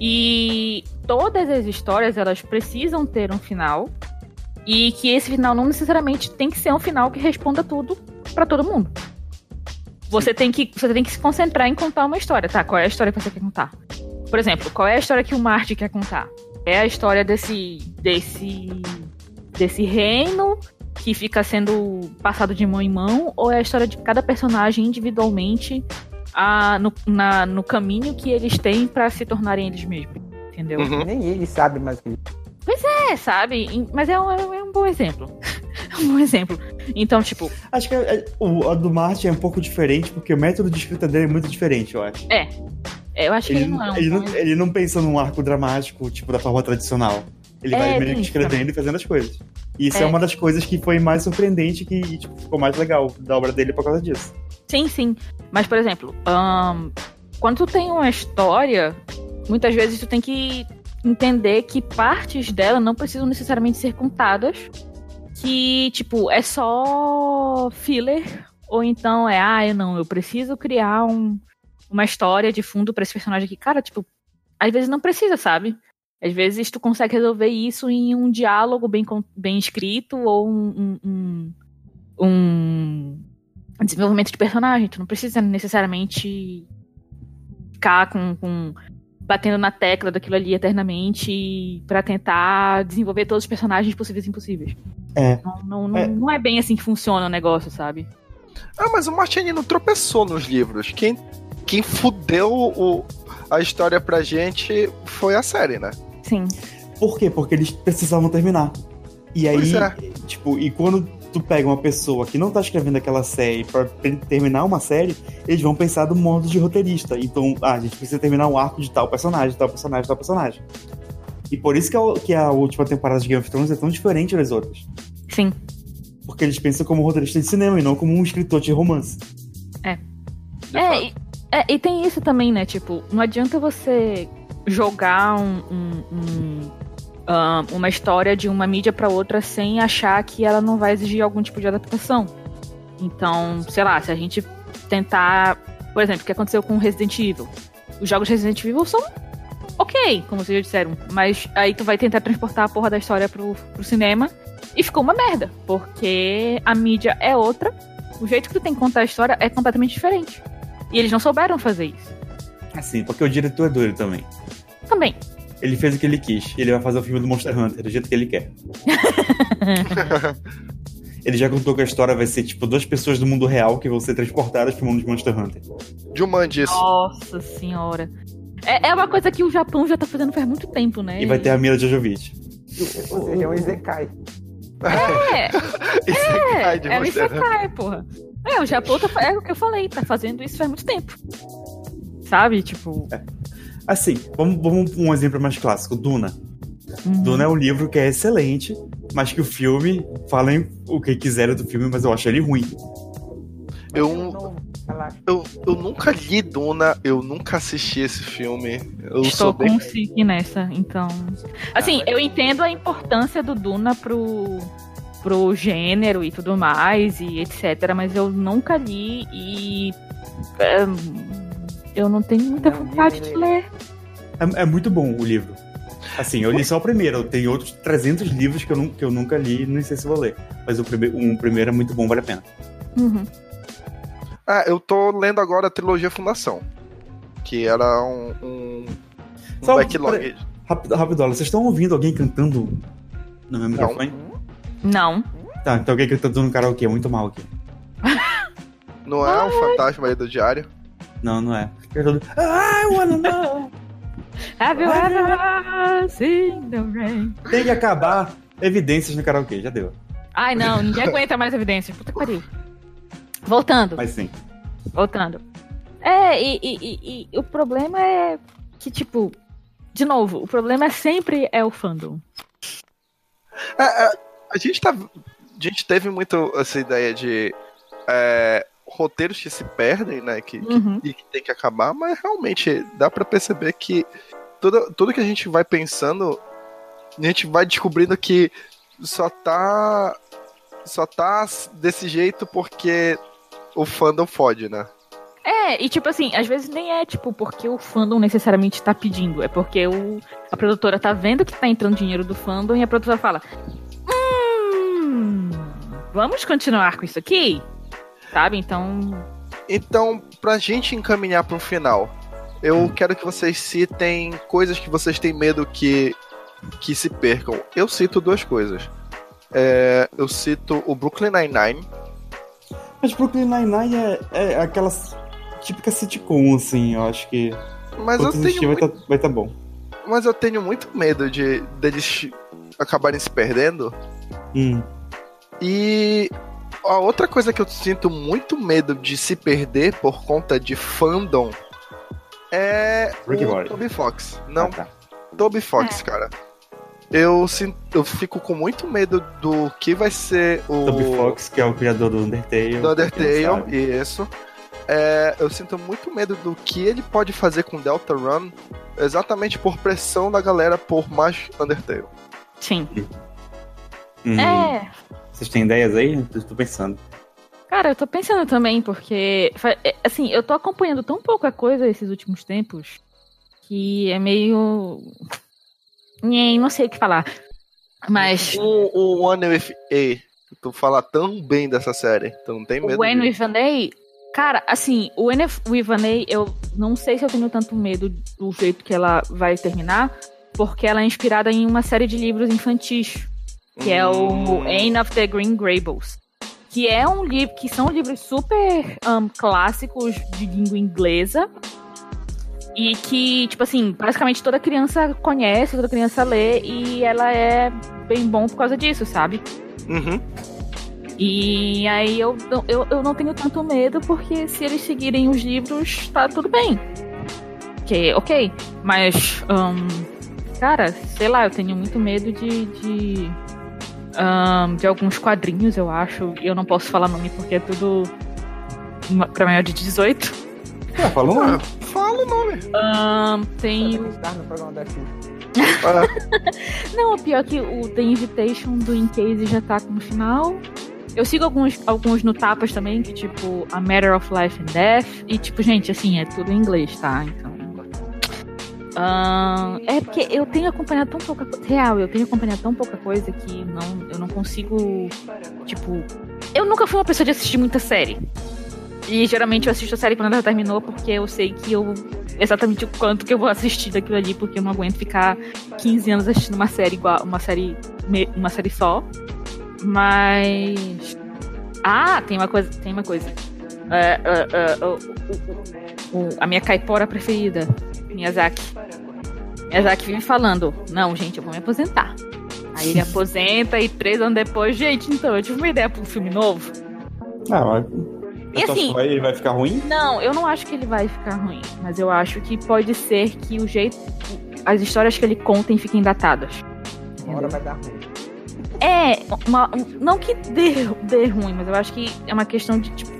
E todas as histórias elas precisam ter um final e que esse final não necessariamente tem que ser um final que responda tudo pra todo mundo. Você tem que você tem que se concentrar em contar uma história, tá? Qual é a história que você quer contar? Por exemplo, qual é a história que o Marte quer contar? É a história desse desse desse reino que fica sendo passado de mão em mão ou é a história de cada personagem individualmente a- no, na- no caminho que eles têm pra se tornarem eles mesmos, entendeu?
Uhum.
Nem ele sabe mais o que ele
É, sabe? Em- Mas é um, é um bom exemplo. *laughs* É um bom exemplo. Então, tipo,
Acho que a, a- o, a do Marte é um pouco diferente, porque o método de escrita dele é muito diferente, eu acho.
eu acho que
Ele,
ele não é um.
ele,
bom
não, ele não pensa num arco dramático, tipo, da forma tradicional. Ele
É,
vai
tem
meio que
isso também.
escrevendo e fazendo as coisas. E isso é.
É.
uma das coisas que foi mais surpreendente que tipo, ficou mais legal da obra dele por causa disso.
Sim, sim. Mas, por exemplo, ahn, quando tu tem uma história, muitas vezes tu tem que entender que partes dela não precisam necessariamente ser contadas. Que, tipo, é só filler. Ou então é, ah, eu não, eu preciso criar um- uma história de fundo pra esse personagem aqui. Cara, tipo, às vezes não precisa, sabe? Às vezes tu consegue resolver isso em um diálogo bem, con- bem escrito ou um- um- um- um desenvolvimento de personagem. Tu não precisa necessariamente ficar com, com- batendo na tecla daquilo ali eternamente pra tentar desenvolver todos os personagens possíveis e impossíveis.
É.
Não não, não-
É.
não é bem assim que funciona o negócio, sabe?
Ah, mas o Martini não tropeçou nos livros. Quem, quem fudeu o- a história pra gente foi a série, né?
Sim.
Por quê? Porque eles precisavam terminar. E aí,
Pois é.
tipo, e quando tu pega uma pessoa que não tá escrevendo aquela série pra pe- terminar uma série, eles vão pensar do modo de roteirista. Então, ah, a gente precisa terminar um arco de tal personagem, tal personagem, tal personagem. E por isso que a, que a última temporada de Game of Thrones é tão diferente das outras.
Sim.
Porque eles pensam como roteirista de cinema e não como um escritor de romance.
De fato.
É e, é, e tem isso também, né? Tipo, não adianta você jogar um- um- um, ah, uma história de uma mídia pra outra sem achar que ela não vai exigir algum tipo de adaptação. Então, sei lá, se a gente tentar. Por exemplo, o que aconteceu com Resident Evil? Os jogos de Resident Evil são ok, como vocês já disseram, mas aí tu vai tentar transportar a porra da história pro, pro cinema e ficou uma merda, porque a mídia é outra, o jeito que tu tem que contar a história é completamente diferente. E eles não souberam fazer isso.
Assim, porque o diretor é doido também.
Também.
Ele fez o que ele quis. Ele vai fazer o filme do Monster Hunter do jeito que ele quer. ele já contou que a história vai ser tipo duas pessoas do mundo real que vão ser transportadas pro mundo de Monster Hunter.
Juman disse.
Nossa senhora. É, é uma coisa que o Japão já tá fazendo faz muito tempo, né?
E vai ter a Mila Jojovic.
Ou seja, é um Izekai.
É,
Isekai de
é, é o
Monster Hunter.
Isekai, porra. É, o Japão tá, fa- é o que eu falei, tá fazendo isso faz muito tempo. Sabe, tipo.
Assim, vamos, vamos pra um exemplo mais clássico: Duna.
hum,
Duna é um livro que é excelente, mas que o filme, falem o que quiserem do filme, mas eu acho ele ruim.
Mas
Eu-
não- relaxa.
Eu, eu nunca li Duna, eu nunca assisti esse filme. Eu
Estou
sou bem.
com o SIC nessa, então. Assim, eu entendo a importância do Duna pro, pro gênero e tudo mais, e etc., mas eu nunca li e. é, eu não tenho muita
Não,
vontade
li,
de
li.
ler.
É, é muito bom o livro. Assim, eu li só o primeiro. Tem outros 300 livros que eu, nu- que eu nunca li, não sei se eu vou ler. Mas o, prime um primeiro é muito bom, vale a pena.
Uhum.
Ah, eu tô lendo agora a trilogia Fundação. Que era um. um, um
Só-
backlog.
Rápido, rapidola, vocês estão ouvindo alguém cantando no meu microfone?
Não.
Tá, então alguém cantando no karaokê, é muito mal aqui.
Não é
Ah.
um fantasma aí do diário?
Não, não é. Cantando, I wanna know.
Have you ever seen the rain?
Tem que acabar evidências no karaokê, já deu.
Ai, não, ninguém aguenta mais evidências. Puta que pariu. Voltando.
Mas sim.
Voltando. É, e, e- e- e o problema é que, tipo, de novo, o problema é sempre é o fandom.
É, é, a gente tá. A gente teve muito essa ideia de. é, roteiros que se perdem, né? Que, que-
Uhum.
e que tem que acabar, mas realmente dá pra perceber que tudo, tudo que a gente vai pensando, a gente vai descobrindo que só tá. Só tá desse jeito porque o fandom fode, né?
É, e tipo assim, às vezes nem é, tipo, porque o fandom necessariamente tá pedindo. É porque o, a produtora tá vendo que tá entrando dinheiro do fandom e a produtora fala. Hum, vamos continuar com isso aqui? Sabe? Então.
Então, pra gente encaminhar pro final, eu quero que vocês citem coisas que vocês têm medo que, que se percam. Eu cito duas coisas. É, eu cito o Brooklyn Nine-Nine.
Mas Brooklyn Nine-Nine é, é aquela típica sitcom, assim, eu acho que.
Mas eu,
quando
tenho
existir vai
muito,
tá, vai tá bom.
mas eu tenho muito medo de deles acabarem se perdendo.
Hum.
E a outra coisa que eu sinto muito medo de se perder por conta de fandom é
Rick and
o
Morty.
Toby Fox. Não,
Ah, tá.
Toby Fox, cara. eu, sin- eu fico com muito medo do que vai ser o
Toby Fox, que é o criador do Undertale.
do
pra quem não
Undertale,
sabe.
isso. É, eu sinto muito medo do que ele pode fazer com Delta Run, exatamente por pressão da galera por mais Undertale.
Sim.
Hum,
É,
Vocês têm ideias aí? Eu tô pensando.
Cara, eu tô pensando também, porque. fa- é, Assim, eu tô acompanhando tão pouca coisa esses últimos tempos que é meio. Nhen, Não sei o que falar. Mas
O, o One with A, tu fala tão bem dessa série, tu não tem medo.
o Eno
disso.
Ivanei. Cara, assim, o Eno Ivanei, eu não sei se eu tenho tanto medo do jeito que ela vai terminar, porque ela é inspirada em uma série de livros infantis. que é o
Hum,
End of the Green Gables, que é um livro que são livros super ahn, clássicos de língua inglesa e que tipo assim basicamente toda criança conhece, toda criança lê e ela é bem bom por causa disso, sabe?
uhum.
E aí eu, não- eu, eu não tenho tanto medo porque se eles seguirem os livros tá tudo bem, que ok, mas ahn, cara, sei lá, eu tenho muito medo de de, ahn, de alguns quadrinhos, eu acho. E eu não posso falar nome porque é tudo ma- pra maior de 18.
Ah, falou
Ah, fala o nome.
Ahn,
Ela
tem.
tem que estar no programa da Xuxa.
Ah,
Não, o pior é que o The Invitation do In Case já tá no final. Eu sigo alguns, alguns no Tapas também, que tipo A Matter of Life and Death. E tipo, gente, assim, é tudo em inglês, tá? Então. Ahn, é porque eu tenho acompanhado tão pouca coisa. Real, eu tenho acompanhado tão pouca coisa que não, eu não consigo. Tipo. Eu nunca fui uma pessoa de assistir muita série. E geralmente eu assisto a série quando ela já terminou, porque eu sei que eu. Exatamente o quanto que eu vou assistir daquilo ali, porque eu não aguento ficar 15 anos assistindo uma série igual. Uma série. me- Uma série só. Mas. Ah, tem uma coisa. Tem uma coisa. É, é, é, o- o- o- o- a minha caipora preferida, Miyazaki. Miyazaki vive falando: Não, gente, eu vou me aposentar. Aí ele aposenta e três anos depois, gente, então eu tive uma ideia pra um filme novo.
Ah, mas...
E
Eu tô
assim-
achando que ele vai ficar ruim?
Não, eu não acho que ele vai ficar ruim, mas eu acho que pode ser que o jeito. As histórias que ele contem fiquem datadas.
Uma hora vai dar ruim.
É, uma- um- não que dê, dê ruim, mas eu acho que é uma questão de, tipo,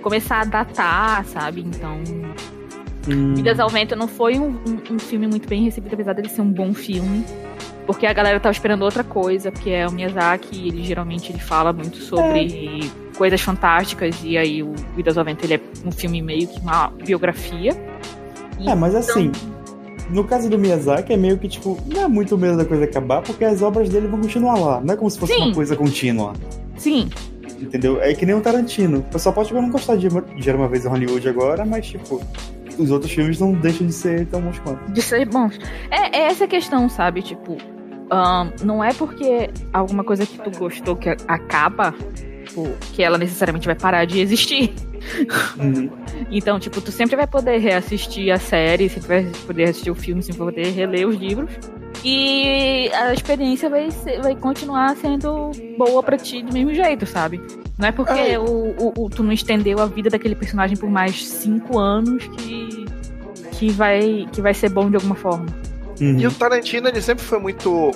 começar a datar, sabe? Então,
Hum.
Vidas ao Vento não foi um, um- um filme muito bem recebido, apesar dele ser um bom filme. Porque a galera tava esperando outra coisa, porque é o Miyazaki, e ele geralmente ele fala muito sobre coisas fantásticas, e aí o Vidas ao Vento ele é um filme meio que uma biografia.
Então
É, mas assim, no caso do Miyazaki é meio que tipo, não é muito medo da coisa acabar, porque as obras dele vão continuar lá. Não é como se fosse
Sim.
uma coisa contínua.
Sim,
Entendeu? É que nem o Tarantino. O pessoal pode tipo, não gostar de de Era uma vez em Hollywood agora, mas tipo, os outros filmes não deixam de ser tão bons quanto.
de ser bons. É, é essa a questão, sabe? Tipo, ahn, não é porque alguma coisa que tu gostou que a- acaba, tipo, que ela necessariamente vai parar de existir. *laughs*
Uhum.
Então, tipo, tu sempre vai poder reassistir a série, sempre vai poder assistir o filme, sempre vai poder reler os livros. E a experiência vai, ser- vai continuar sendo boa pra ti do mesmo jeito, sabe? Não é porque
É.
o, o- o- tu não estendeu a vida daquele personagem por mais cinco anos que, que, vai, que vai ser bom de alguma forma.
Uhum.
E o Tarantino, ele sempre foi muito,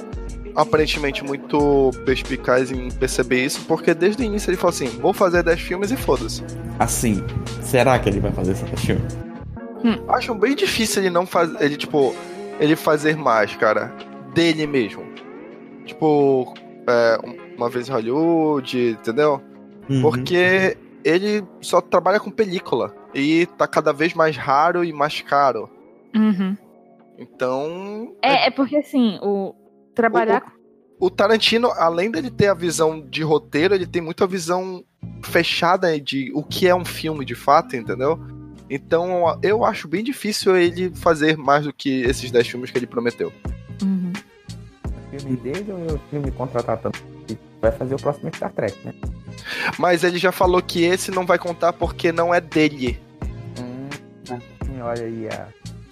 aparentemente, muito perspicaz em perceber isso, porque desde o início ele falou assim: vou fazer 10 filmes e foda-se.
Assim, será que ele vai fazer essa filme?
Acho bem difícil ele não fazer, ele, tipo, ele fazer mais, cara, dele mesmo. Tipo, é, uma vez em Hollywood, entendeu? Uhum.
Uhum.
Porque ele só trabalha com película. E tá cada vez mais raro e mais caro. Então.
É, é porque assim, o trabalhar.
O Tarantino, além dele ter a visão de roteiro, ele tem muita visão fechada de o que é um filme de fato, entendeu? Então eu acho bem difícil ele fazer mais do que esses 10 filmes que ele prometeu.
Uhum.
Filme dele ou o filme contratar também? Que Vai fazer o próximo Star Trek, né?
Mas ele já falou que esse não vai contar porque não é dele.
Hum, sim, olha aí a.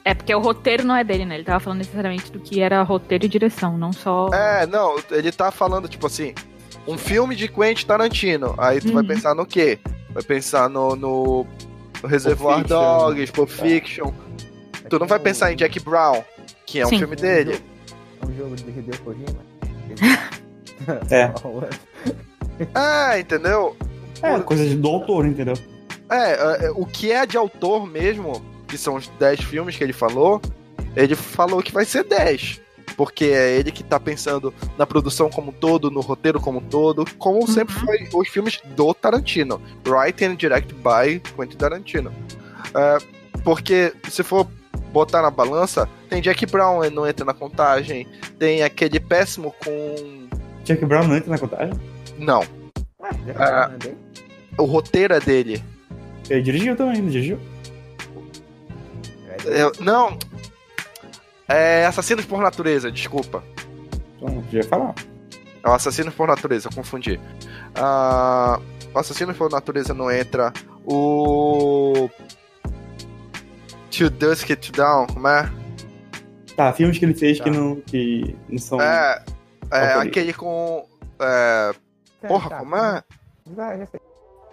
É porque o roteiro não é dele, né? Ele tava falando necessariamente do que era roteiro e direção, não só.
É, não, ele tá falando, tipo assim, um filme de Quentin Tarantino. Aí tu vai
Uhum.
pensar no quê? Vai pensar no, no Reservoir
Fiction.
Dogs, Pulp Fiction. Tu não vai pensar em Jack Brown, que é um
Sim.
*laughs*
filme dele.
o É um jogo de Hideo Kojima.
É.
É, entendeu?
É, coisa de- do autor, entendeu?
É, é, o que é de autor mesmo, que são os 10 filmes que ele falou, ele falou que vai ser 10. Porque é ele que tá pensando na produção como um todo, no roteiro como um todo, como sempre foi os filmes do Tarantino. Written and direct by Quentin Tarantino. É, porque se for botar na balança, tem Jack Brown, ele não entra na contagem, tem aquele péssimo com.
Jack Brown não entra na contagem?
Não,
Ué, já
Ah.
tá mandei?
o roteiro é dele.
Ele dirigiu também, não dirigiu?
É,
Eu- não. É Assassinos por Natureza, desculpa.
Então, não podia falar.
É o Assassinos por Natureza, eu confundi. Ah, o Assassinos por Natureza não entra. O. To Dusk To Down, como é?
Tá, filmes que ele fez
Tá.
que, não, que não são.
É. É
Autoriza.
aquele com. É,
tá.
porra, como é?
Ah, já sei.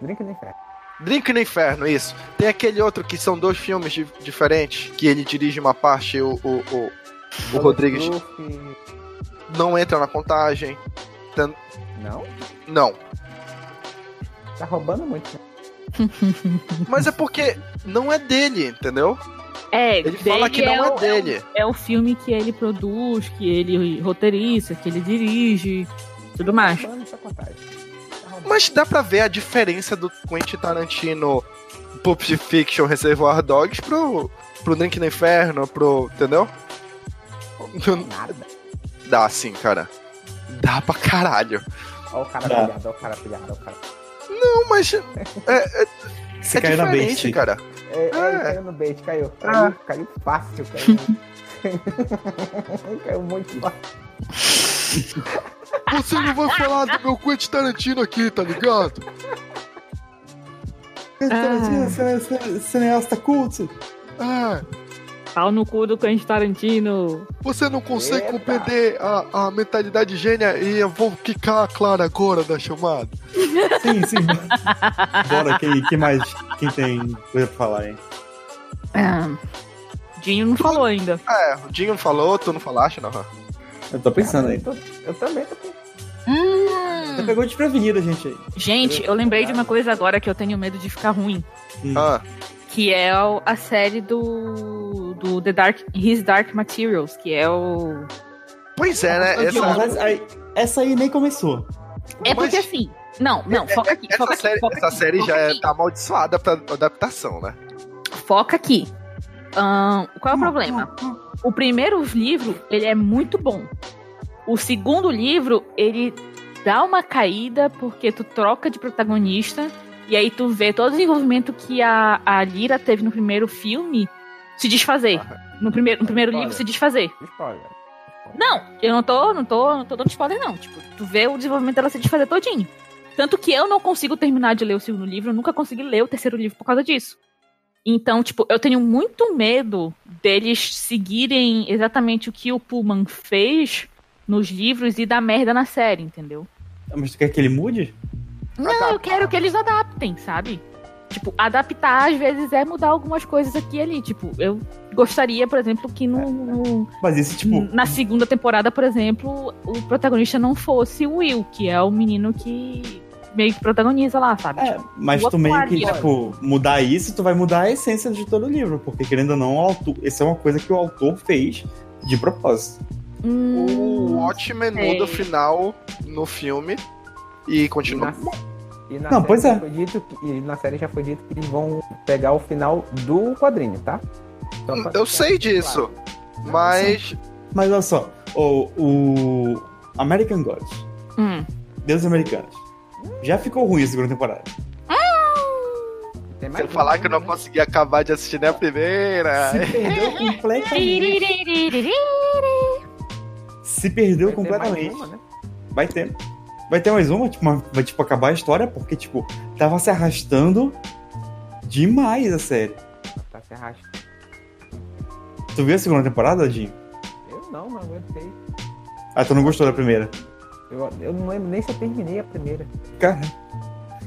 Drink no inferno.
Drink no Inferno, isso. Tem aquele outro que são dois filmes di- diferentes, que ele dirige uma parte e o, o, o, o Rodrigues
Golf-
não entra na contagem.
Não?
Não.
Tá roubando muito. né?
Mas é porque não é dele, entendeu?
É,
Ele fala que
dele
não
o-
é dele.
É um filme que ele produz, que ele roteiriza, que ele dirige, tudo mais.
Tá roubando sua contagem. Tá roubando.
Mas dá pra ver a diferença do Quentin Tarantino Pulp Fiction Reservoir Dogs pro, pro Drink no Inferno, pro. Entendeu? *laughs*
Nada.
Dá sim, cara. Dá pra caralho.
Ó o cara
Dá.
pilhado, ó o cara pilhado, ó o cara.
Não, mas. É, é,
Você
é
caiu na
diferente,
base.
cara.
É, é,
Ah.
caiu no bait, caiu. Caiu,
Ah.
caiu fácil, caiu. *laughs* caiu muito fácil.
Você não vai falar do meu Quentin Tarantino aqui, tá ligado?
é Cineasta culto.
É.
Pau no cu do Quentin Tarantino.
Você não
consegue Eita. compreender
a, a mentalidade gênia e eu vou quicar a Clara agora da chamada.
Sim, sim. Bora, quem, quem mais quem tem coisa pra falar, hein?
Dinho não falou ainda.
É, o Dinho falou, tu não falaste, não.
Eu tô pensando
Eu,
aí.
tô, eu também tô com.
Você pegou desprevenido a gente aí.
Gente, eu lembrei de uma coisa agora que eu tenho medo de ficar ruim.
Ah,
Que é o- a série do, do The Dark, His Dark Materials, que é o.
pois é, né?
Eu
Não,
Essa,
mas aí- essa aí nem começou.
É
Mas- é,
porque assim. Não, não, foca aqui.
essa
Foca aqui,
série,
foca
essa
aqui,
série
foca
já é-
aqui.
tá amaldiçoada pra adaptação, né?
foca aqui. Ahn, qual é
Hum,
o problema? O primeiro livro, ele é muito bom. O segundo livro, ele dá uma caída porque tu troca de protagonista e aí tu vê todo o desenvolvimento que a, a Lira teve no primeiro filme se desfazer. No primeiro, no primeiro
Olha.
livro se desfazer.
Spoiler.
Não, eu não tô, não tô, não tô dando spoiler, não. Tipo, tu vê o desenvolvimento dela se desfazer todinho. Tanto que eu não consigo terminar de ler o segundo livro, eu nunca consegui ler o terceiro livro por causa disso. Então, tipo, eu tenho muito medo deles seguirem exatamente o que o Pullman fez nos livros e dar merda na série, entendeu?
Mas tu quer que ele mude?
Não, eu quero que eles adaptem, sabe? Tipo, adaptar às vezes é mudar algumas coisas aqui e ali. Tipo, eu gostaria, por exemplo, que no- no,
Mas isso, tipo,
na segunda temporada, por exemplo, o protagonista não fosse o Will, que é o menino que meio que protagoniza lá, sabe? Tipo,
É, mas
O
tu meio que,
aquário.
tipo, mudar isso, tu vai mudar a essência de todo o livro, porque querendo ou não, o autor, essa é uma coisa que o autor fez de propósito.
O
Hum,
Watchmen muda o
sei.
final no filme e
E
continua.
na, e
Não,
na série
pois
já
é.
Foi dito que, e na série já foi dito que eles vão pegar o final do quadrinho, tá? Só pra-
Hum, Eu sei disso, mas.
Mas olha só, o, o American Gods,
hum.
Deus Americanos, já ficou ruim a segunda temporada.
Tem mais
Sem
um,
falar
né?
que eu não consegui acabar de assistir nem a primeira.
Se
*laughs*
perdeu completamente. Se perdeu
Vai ter mais
completamente.
uma, né?
Vai ter. Vai ter mais uma, tipo, uma- vai tipo, acabar a história, porque, tipo, tava se arrastando demais a série.
Tá se arrastando.
Tu viu a segunda temporada, Dinho?
Eu não, não aguentei.
Ah, tu não gostou da primeira?
Eu, eu não lembro nem se eu terminei a primeira.
Cara,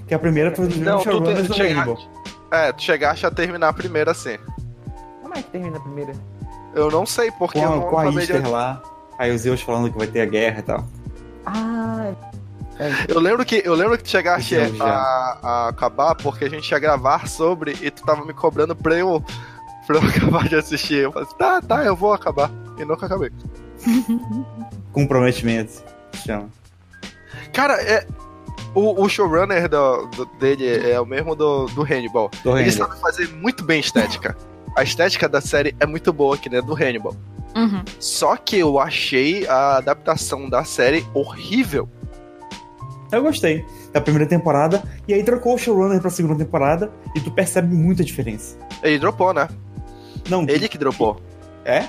que a primeira foi do
Não,
John
tu
Showrunners
te-
do
chega-
Rainbow.
É, tu chegaste a terminar a primeira assim.
Como é que termina a primeira?
Eu não sei porque
Com
eu
a,
não
com a né?
acabei de-
Easter lá. Aí os Zeus falando que vai ter a guerra e tal.
Ah,
Eu lembro que, eu lembro que tu chegaste
Esse é o
a, a acabar porque a gente ia gravar sobre e tu tava me cobrando pra eu, pra eu *laughs* acabar de assistir. Eu falei assim, tá, tá, eu vou acabar. E nunca acabei.
Comprometimento. Chama.
Cara, é. O, o showrunner do- do- dele é o mesmo do, do Hannibal.
Tô
Ele
rindo.
sabe fazer muito bem estética. A estética da série é muito boa, que nem a do Hannibal.
Uhum.
Só que eu achei a adaptação da série horrível.
Eu gostei da primeira temporada. E aí trocou o showrunner pra segunda temporada. E tu percebe muita diferença.
Ele dropou, né?
Não,
Ele que dropou.
é?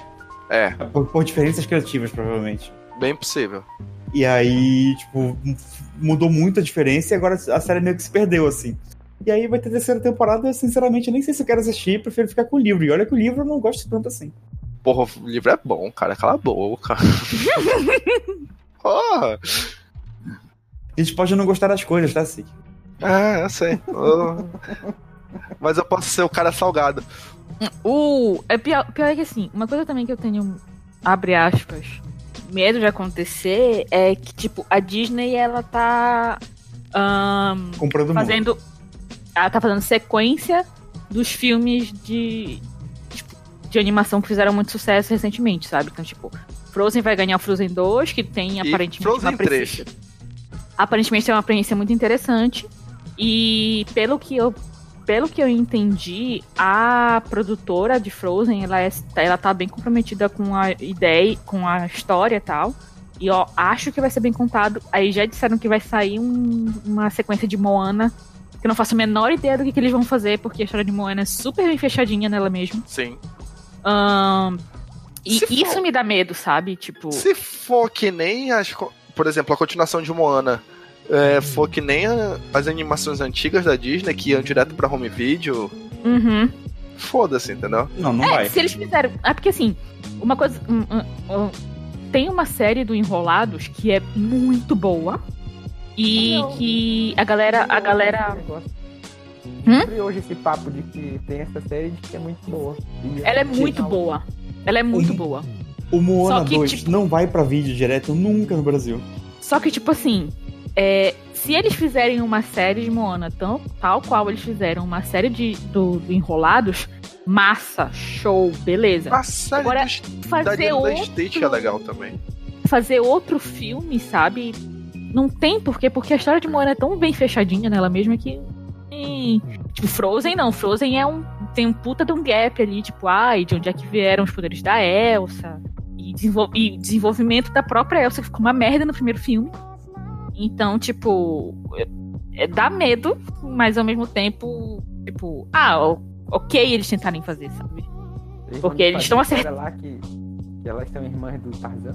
É,
Por, por diferenças criativas, provavelmente.
bem possível.
E aí, tipo, mudou muito a diferença e agora a série meio que se perdeu, assim. E aí vai ter terceira temporada, eu sinceramente nem sei se eu quero assistir, prefiro ficar com o livro. E olha que o livro eu não gosto tanto assim.
Porra, o livro é bom, cara. Cala a boca. Porra!
A gente pode não gostar das coisas, tá, assim.
Ah, eu sei. Eu- Mas eu posso ser o cara salgado.
Uh, é pior, pior é que assim, uma coisa também que eu tenho, abre aspas, medo de acontecer é que, tipo, a Disney, ela tá ahn,
Comprando o mundo.
fazendo. Ela tá fazendo sequência dos filmes de. tipo, de animação que fizeram muito sucesso recentemente, sabe? Então, tipo, Frozen vai ganhar o Frozen 2, que tem aparentemente
Frozen
uma premissa. Aparentemente tem uma premissa muito interessante. E pelo que eu. Pelo que eu entendi, a produtora de Frozen, ela, é, ela tá bem comprometida com a ideia, com a história e tal. E ó, acho que vai ser bem contado. Aí já disseram que vai sair um- uma sequência de Moana. Que eu não faço a menor ideia do que, que eles vão fazer, porque a história de Moana é super bem fechadinha nela mesmo.
Sim.
Ahn, e
Se for-
isso me dá medo, sabe? Tipo.
Se for que nem as. co- Por exemplo, a continuação de Moana. É, for que nem a- as animações antigas da Disney que iam direto pra home video.
Uhum.
Foda-se, entendeu?
Não, não
É,
vai.
se eles fizeram. É porque assim, uma coisa. hum, hum, hum, tem uma série do Enrolados que é muito boa. E
Não.
que a galera. A galera. Hum?
Hum? hoje esse papo de que tem essa série de que é muito boa. E
Ela é
no
muito
final-
boa. Ela é muito
Uhum.
boa.
O Moana
Só que,
2
tipo-
não vai pra vídeo direto nunca no Brasil.
Só que, tipo assim, é, se eles fizerem uma série de Moana tão, tal qual eles fizeram uma série de, do, do Enrolados, massa, show, beleza.
A série
Agora,
dos- da
fazer, um
Disney
outro,
Stitch é legal também.
fazer outro filme, sabe? Não tem porquê, porque a história de Moana é tão bem fechadinha nela mesma que. Ih, Tipo, Frozen não. Frozen é um. Tem um puta de um gap ali, tipo, ai, de onde é que vieram os poderes da Elsa. E, desenvol- e desenvolvimento da própria Elsa, que ficou uma merda no primeiro filme. Então, tipo. é- é- dá medo, mas ao mesmo tempo, tipo, ah, o- ok eles tentarem fazer, sabe?
Eles
Porque
vão
eles estão
fazer
acert-
lá que, que elas são irmãs do Tarzan.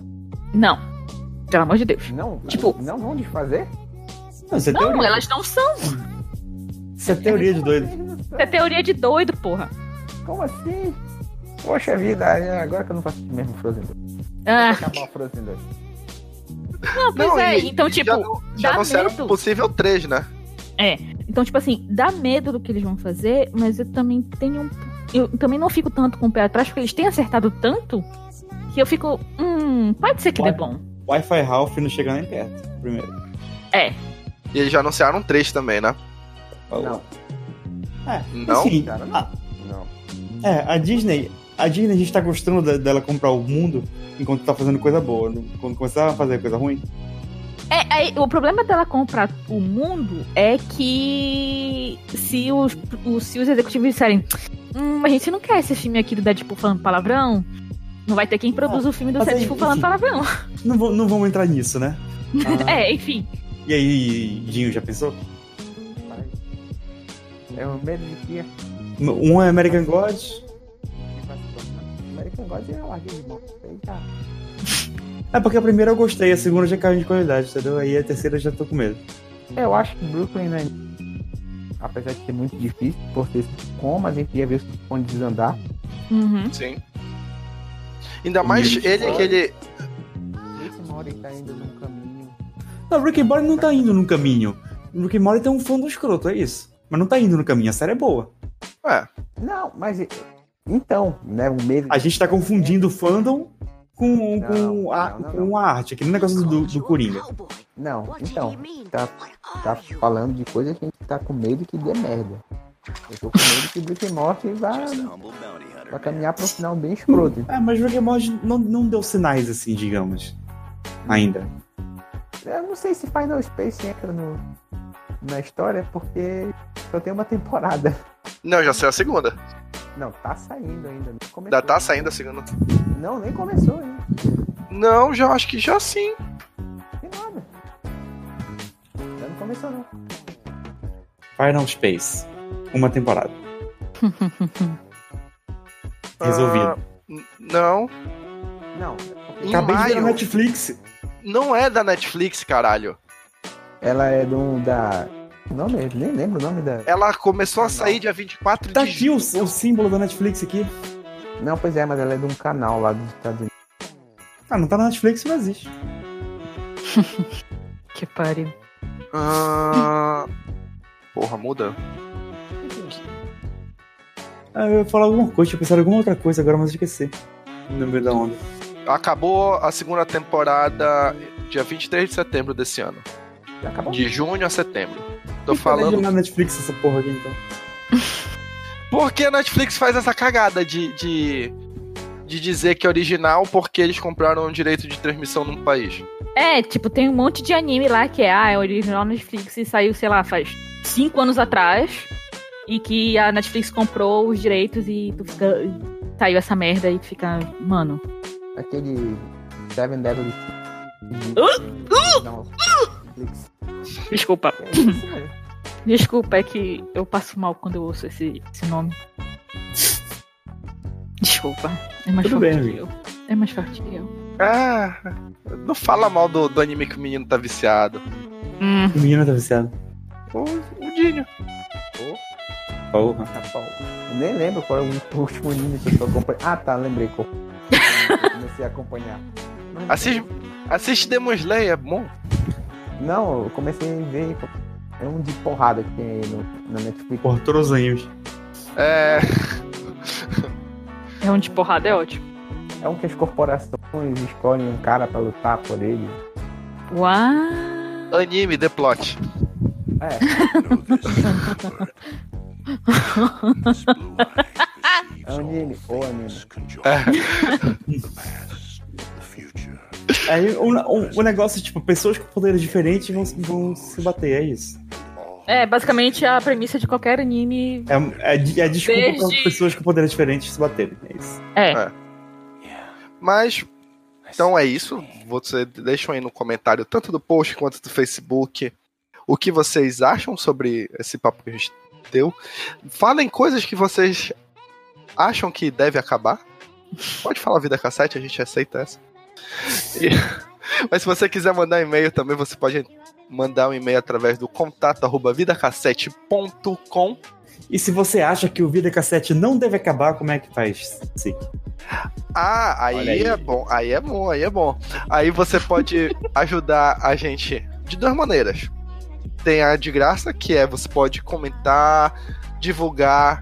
Não. Pelo amor de Deus.
Não,
Tipo-
não vão desfazer?
Não, isso é
Não,
teoria.
elas não são.
Isso é teoria de doido.
Isso é teoria de doido, porra.
*laughs* Como assim? Poxa vida, agora que eu não faço mesmo Frozen 2.
Ah,
Acabar o Frozen 2.
não, pois é.
e-
então,
e
tipo,
já, não- já
dá
anunciaram
medo.
um possível 3, né?
então, tipo assim, dá medo do que eles vão fazer, mas eu também tenho um. Eu também não fico tanto com o pé atrás, porque eles têm acertado tanto que eu fico. Hum, pode ser que dê
Olha.
bom.
Wi-Fi Ralph não chega nem perto, primeiro.
É.
E eles já anunciaram um 3 também, né?
Não,
Não?
Assim,
Cara, não.
a-
não.
É, a Disney. A Disney a gente tá gostando de- dela comprar o mundo enquanto tá fazendo coisa boa. né? Quando começar a fazer coisa ruim,
É, aí, o problema dela comprar o mundo é que se os, os- se os executivos disserem hum, a gente não quer esse filme aqui do Deadpool falando palavrão, não vai ter quem produza o filme do
mas aí,
Deadpool falando
enfim.
palavrão.
não, vou- não vamos entrar nisso, né?
*laughs* É, enfim.
E aí, Dinho, já pensou?
É o medo de que
Um é American Gods.
American Gods é larga de mão. Eita.
É porque a primeira eu gostei, a segunda já caiu de qualidade, entendeu? Aí a terceira eu já tô com medo.
Eu acho que Brooklyn, né? Apesar de ser muito difícil, por ter como a gente ia ver o pão desandar.
Uhum.
Sim. Ainda mais
Isso.
ele que ele.
Rick and Morty tá indo num caminho.
Não, Rick and Morty não tá indo no caminho. Rick and Morty tem um fundo escroto, é isso. Mas não tá indo no caminho, a série é boa.
Ué,
Não, mas. e- eh, Então, né? O medo.
A gente tá confundindo o fandom com,
Não,
com, a,
não, não,
com a arte, aquele negócio do, do Coringa.
Não, então, tá, tá falando de coisa que a gente tá com medo que dê merda. Eu tô com medo que Rick and Morty vá, vá caminhar pra um final bem escroto.
Ah, mas Rick and Morty não, não deu sinais assim, digamos. Ainda.
Eu não sei se Final Space entra no, na história, porque só tem uma temporada.
Não, já saiu a segunda.
Não, tá saindo ainda, nem começou.
Já tá saindo a segunda.
Não, nem começou ainda.
Não, já acho que já sim.
Tem nada. Já não começou, não.
Final Space. Uma
*laughs*
temporada. Resolvido.
Ah, n- não.
Não. é porque-
Em
Acabei de ver
maio.
na Netflix.
Não é da Netflix, caralho.
Ela é de um da. o Nome, eu nem lembro o nome da.
Ela começou a
Não.
sair dia 24
Tá
de
aqui o,
julho.
o símbolo da Netflix aqui.
Não, pois é, mas ela é de um canal lá dos Estados Unidos.
Ah, não tá na Netflix, não existe.
Que pariu.
Ah, Porra, muda.
Ah, eu ia falar alguma coisa, eu pensar em alguma outra coisa agora, mas eu esqueci. Não lembro da onda.
Acabou a segunda temporada dia 23 de setembro desse ano.
Já acabou.
De junho a setembro. Tô
Por que tá
falando.
na Netflix essa porra aqui, então.
Por que a Netflix faz essa cagada de, de, de dizer que é original porque eles compraram o direito de transmissão num país?
É, tipo, tem um monte de anime lá que é, ah, é original Netflix e saiu, sei lá, faz cinco anos atrás. E que a Netflix comprou os direitos e tu fica. Saiu essa merda e tu fica. Mano.
Aquele Seven Devils. Não. Netflix.
Desculpa.
É isso, né?
Desculpa, é que eu passo mal quando eu ouço esse, esse nome. Desculpa. É mais
Tudo
forte
bem,
que eu. É mais forte que eu.
Ah, não fala mal do, do anime que o menino tá viciado.
Hum.
O menino tá viciado.
Ô, o Dinho.
Porra.
Tá bom. Eu nem lembro qual é o último anime que eu tô acompanhando. Ah, tá, lembrei. qual. Eu Comecei a acompanhar. Mas-
Assiste, assiste Demon Slayer, é bom.
Não, eu comecei a ver. É um de porrada que tem aí no, na Netflix.
Porra, Torozinhos.
É.
É um de porrada, é ótimo.
É um que as corporações escolhem um cara pra lutar por ele.
Uau!
Anime, The Plot.
É. é um Anime ou anime.
Aí o, o, o negócio, tipo, pessoas com poderes diferentes vão, se- vão se bater, é isso.
É, basicamente a premissa de qualquer anime.
É, é, de- é desculpa
Verde.
pra pessoas com poderes diferentes se baterem, é isso.
É.
É. Mas, então é isso. Você deixam aí no comentário, tanto do post quanto do Facebook, o que vocês acham sobre esse papo que a gente deu. Falem coisas que vocês acham que deve acabar. Pode falar vida cassete, a gente aceita essa. E- *laughs* Mas se você quiser mandar um e-mail também, você pode mandar um e-mail através do contato arroba vidacassete.com
E se você acha que o Vida Cassete não deve acabar, como é que faz, Sick?
Ah, aí,
Olha aí.
é bom, aí é bom, aí é bom. Aí você
*laughs*
pode ajudar a gente de duas maneiras. Tem a de graça, que é você pode comentar, divulgar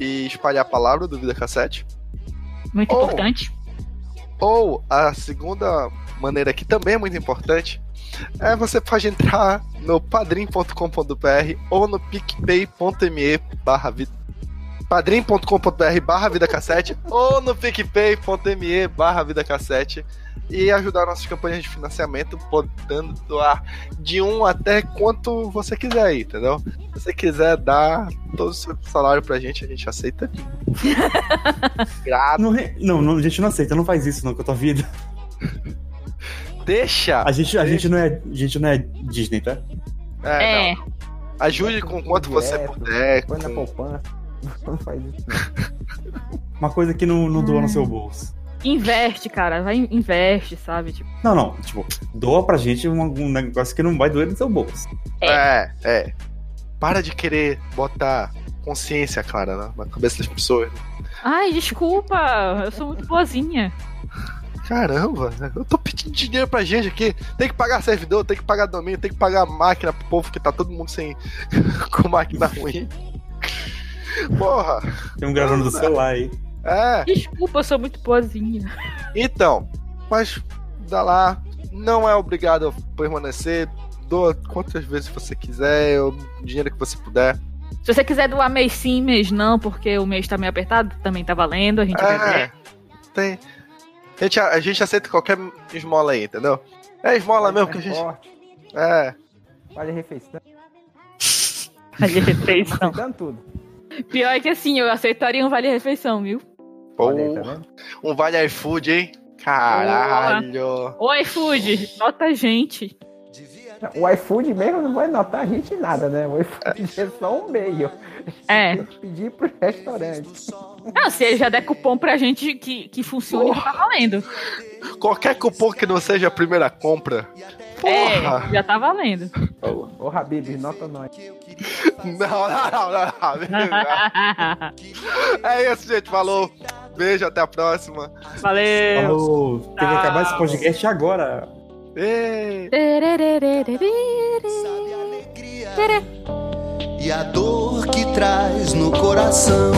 e espalhar a palavra do Vida Cassete.
Muito
Oh.
importante.
Ou a segunda maneira, que também é muito importante, é você pode entrar no padrim.com.br ou no picpay.me barra vida padrim.com.br barra vida cassete ou no picpay.me barra vida cassete e ajudar nossas campanhas de financiamento podendo doar de um até quanto você quiser aí, entendeu? Se você quiser dar todo o seu salário pra gente, a gente aceita. Grato.
Não, re- não, não, a gente não aceita, não faz isso não com a tua vida.
Deixa.
A gente, a gente, não, é, a gente não é Disney, tá?
É, não.
É.
Ajude
um
com quanto você é
Direto,
puder.
Põe é, na
com-
poupança. *laughs* Não faz isso.
Uma coisa que não, não doa no seu bolso.
Investe, cara. Vai, investe, sabe? Tipo,
Não, não, tipo, doa pra gente um, um negócio que não vai doer no seu bolso.
É, é. Para de querer botar consciência, Clara, na- na cabeça das pessoas. né?
ai, desculpa. Eu sou muito boazinha.
Caramba, eu tô pedindo dinheiro pra gente aqui. Tem que pagar servidor, tem que pagar domínio, tem que pagar máquina pro povo que tá todo mundo sem. *laughs* com máquina ruim. Porra,
Tem um gravando do celular aí.
é.
Desculpa, eu sou muito boazinha.
Então, mas dá lá, não é obrigado a permanecer, doa quantas vezes você quiser, o dinheiro que você puder.
Se você quiser doar mês sim, mês não, porque o mês tá meio apertado, também tá valendo, a gente vai *laughs*
É,
ver.
tem. A gente, a gente aceita qualquer esmola aí, entendeu? É esmola mesmo que a gente.
Transporte,
É.
Vale refeição,
Vale refeição.
dando tudo.
Pior é que assim, eu aceitaria um vale refeição, viu?
Pô,
Olha aí, tá vendo?
um vale iFood, hein? Caralho.
O iFood, nota a gente.
O iFood mesmo não vai notar a gente em nada, né? O iFood *laughs* é só um meio.
É.
Tem que pedir pro restaurante.
Não, se ele já der cupom pra gente que, que funcione,
Porra.
tá valendo.
Qualquer cupom que não seja a primeira compra. Porra!
É, já tá valendo.
*laughs*
Ô, Habib, nota nós. É.
Não, não, não, não, não.
*laughs*
É isso, gente. Falou. Beijo, até a próxima.
Valeu.
Falou. Tem que
Tchau.
acabar esse podcast agora.
Ei.
sabe a alegria e a dor que traz no coração.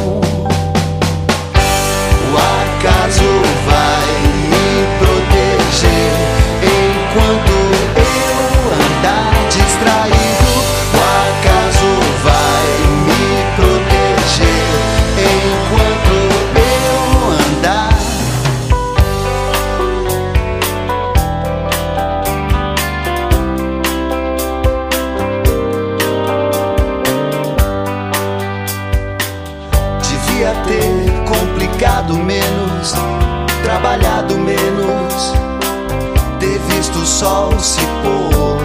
O acaso vai me proteger enquanto eu andar distraído. O acaso vai me proteger enquanto eu andar Devia ter complicado menos, trabalhado menos, ter visto o sol se pôr.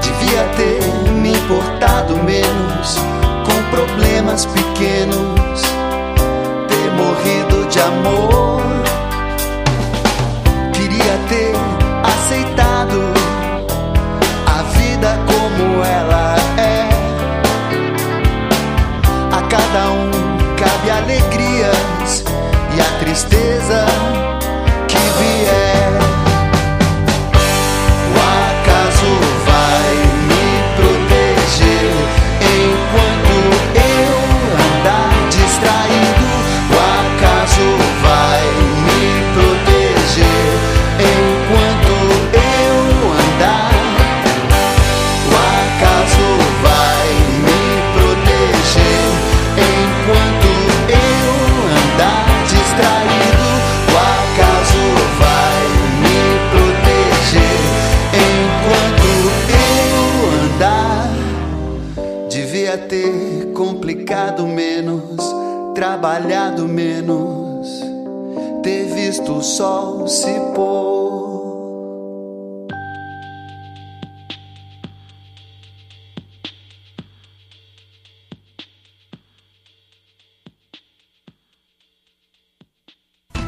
Devia ter me importado menos, com problemas pequenos, ter morrido de amor. Queria ter aceitado a vida como ela é. A cada um cabe alegrias e a tristeza que vier. O acaso vai me proteger enquanto eu andar distraído. O acaso vai me proteger enquanto eu andar o acaso vai me proteger enquanto eu andar distraído. O acaso vai me proteger enquanto eu andar. Devia ter complicado menos, trabalhado menos, ter visto o sol se pôr.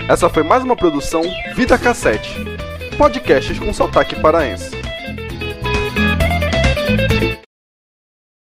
Essa foi mais uma produção Vida Cassete. Podcasts com sotaque paraense.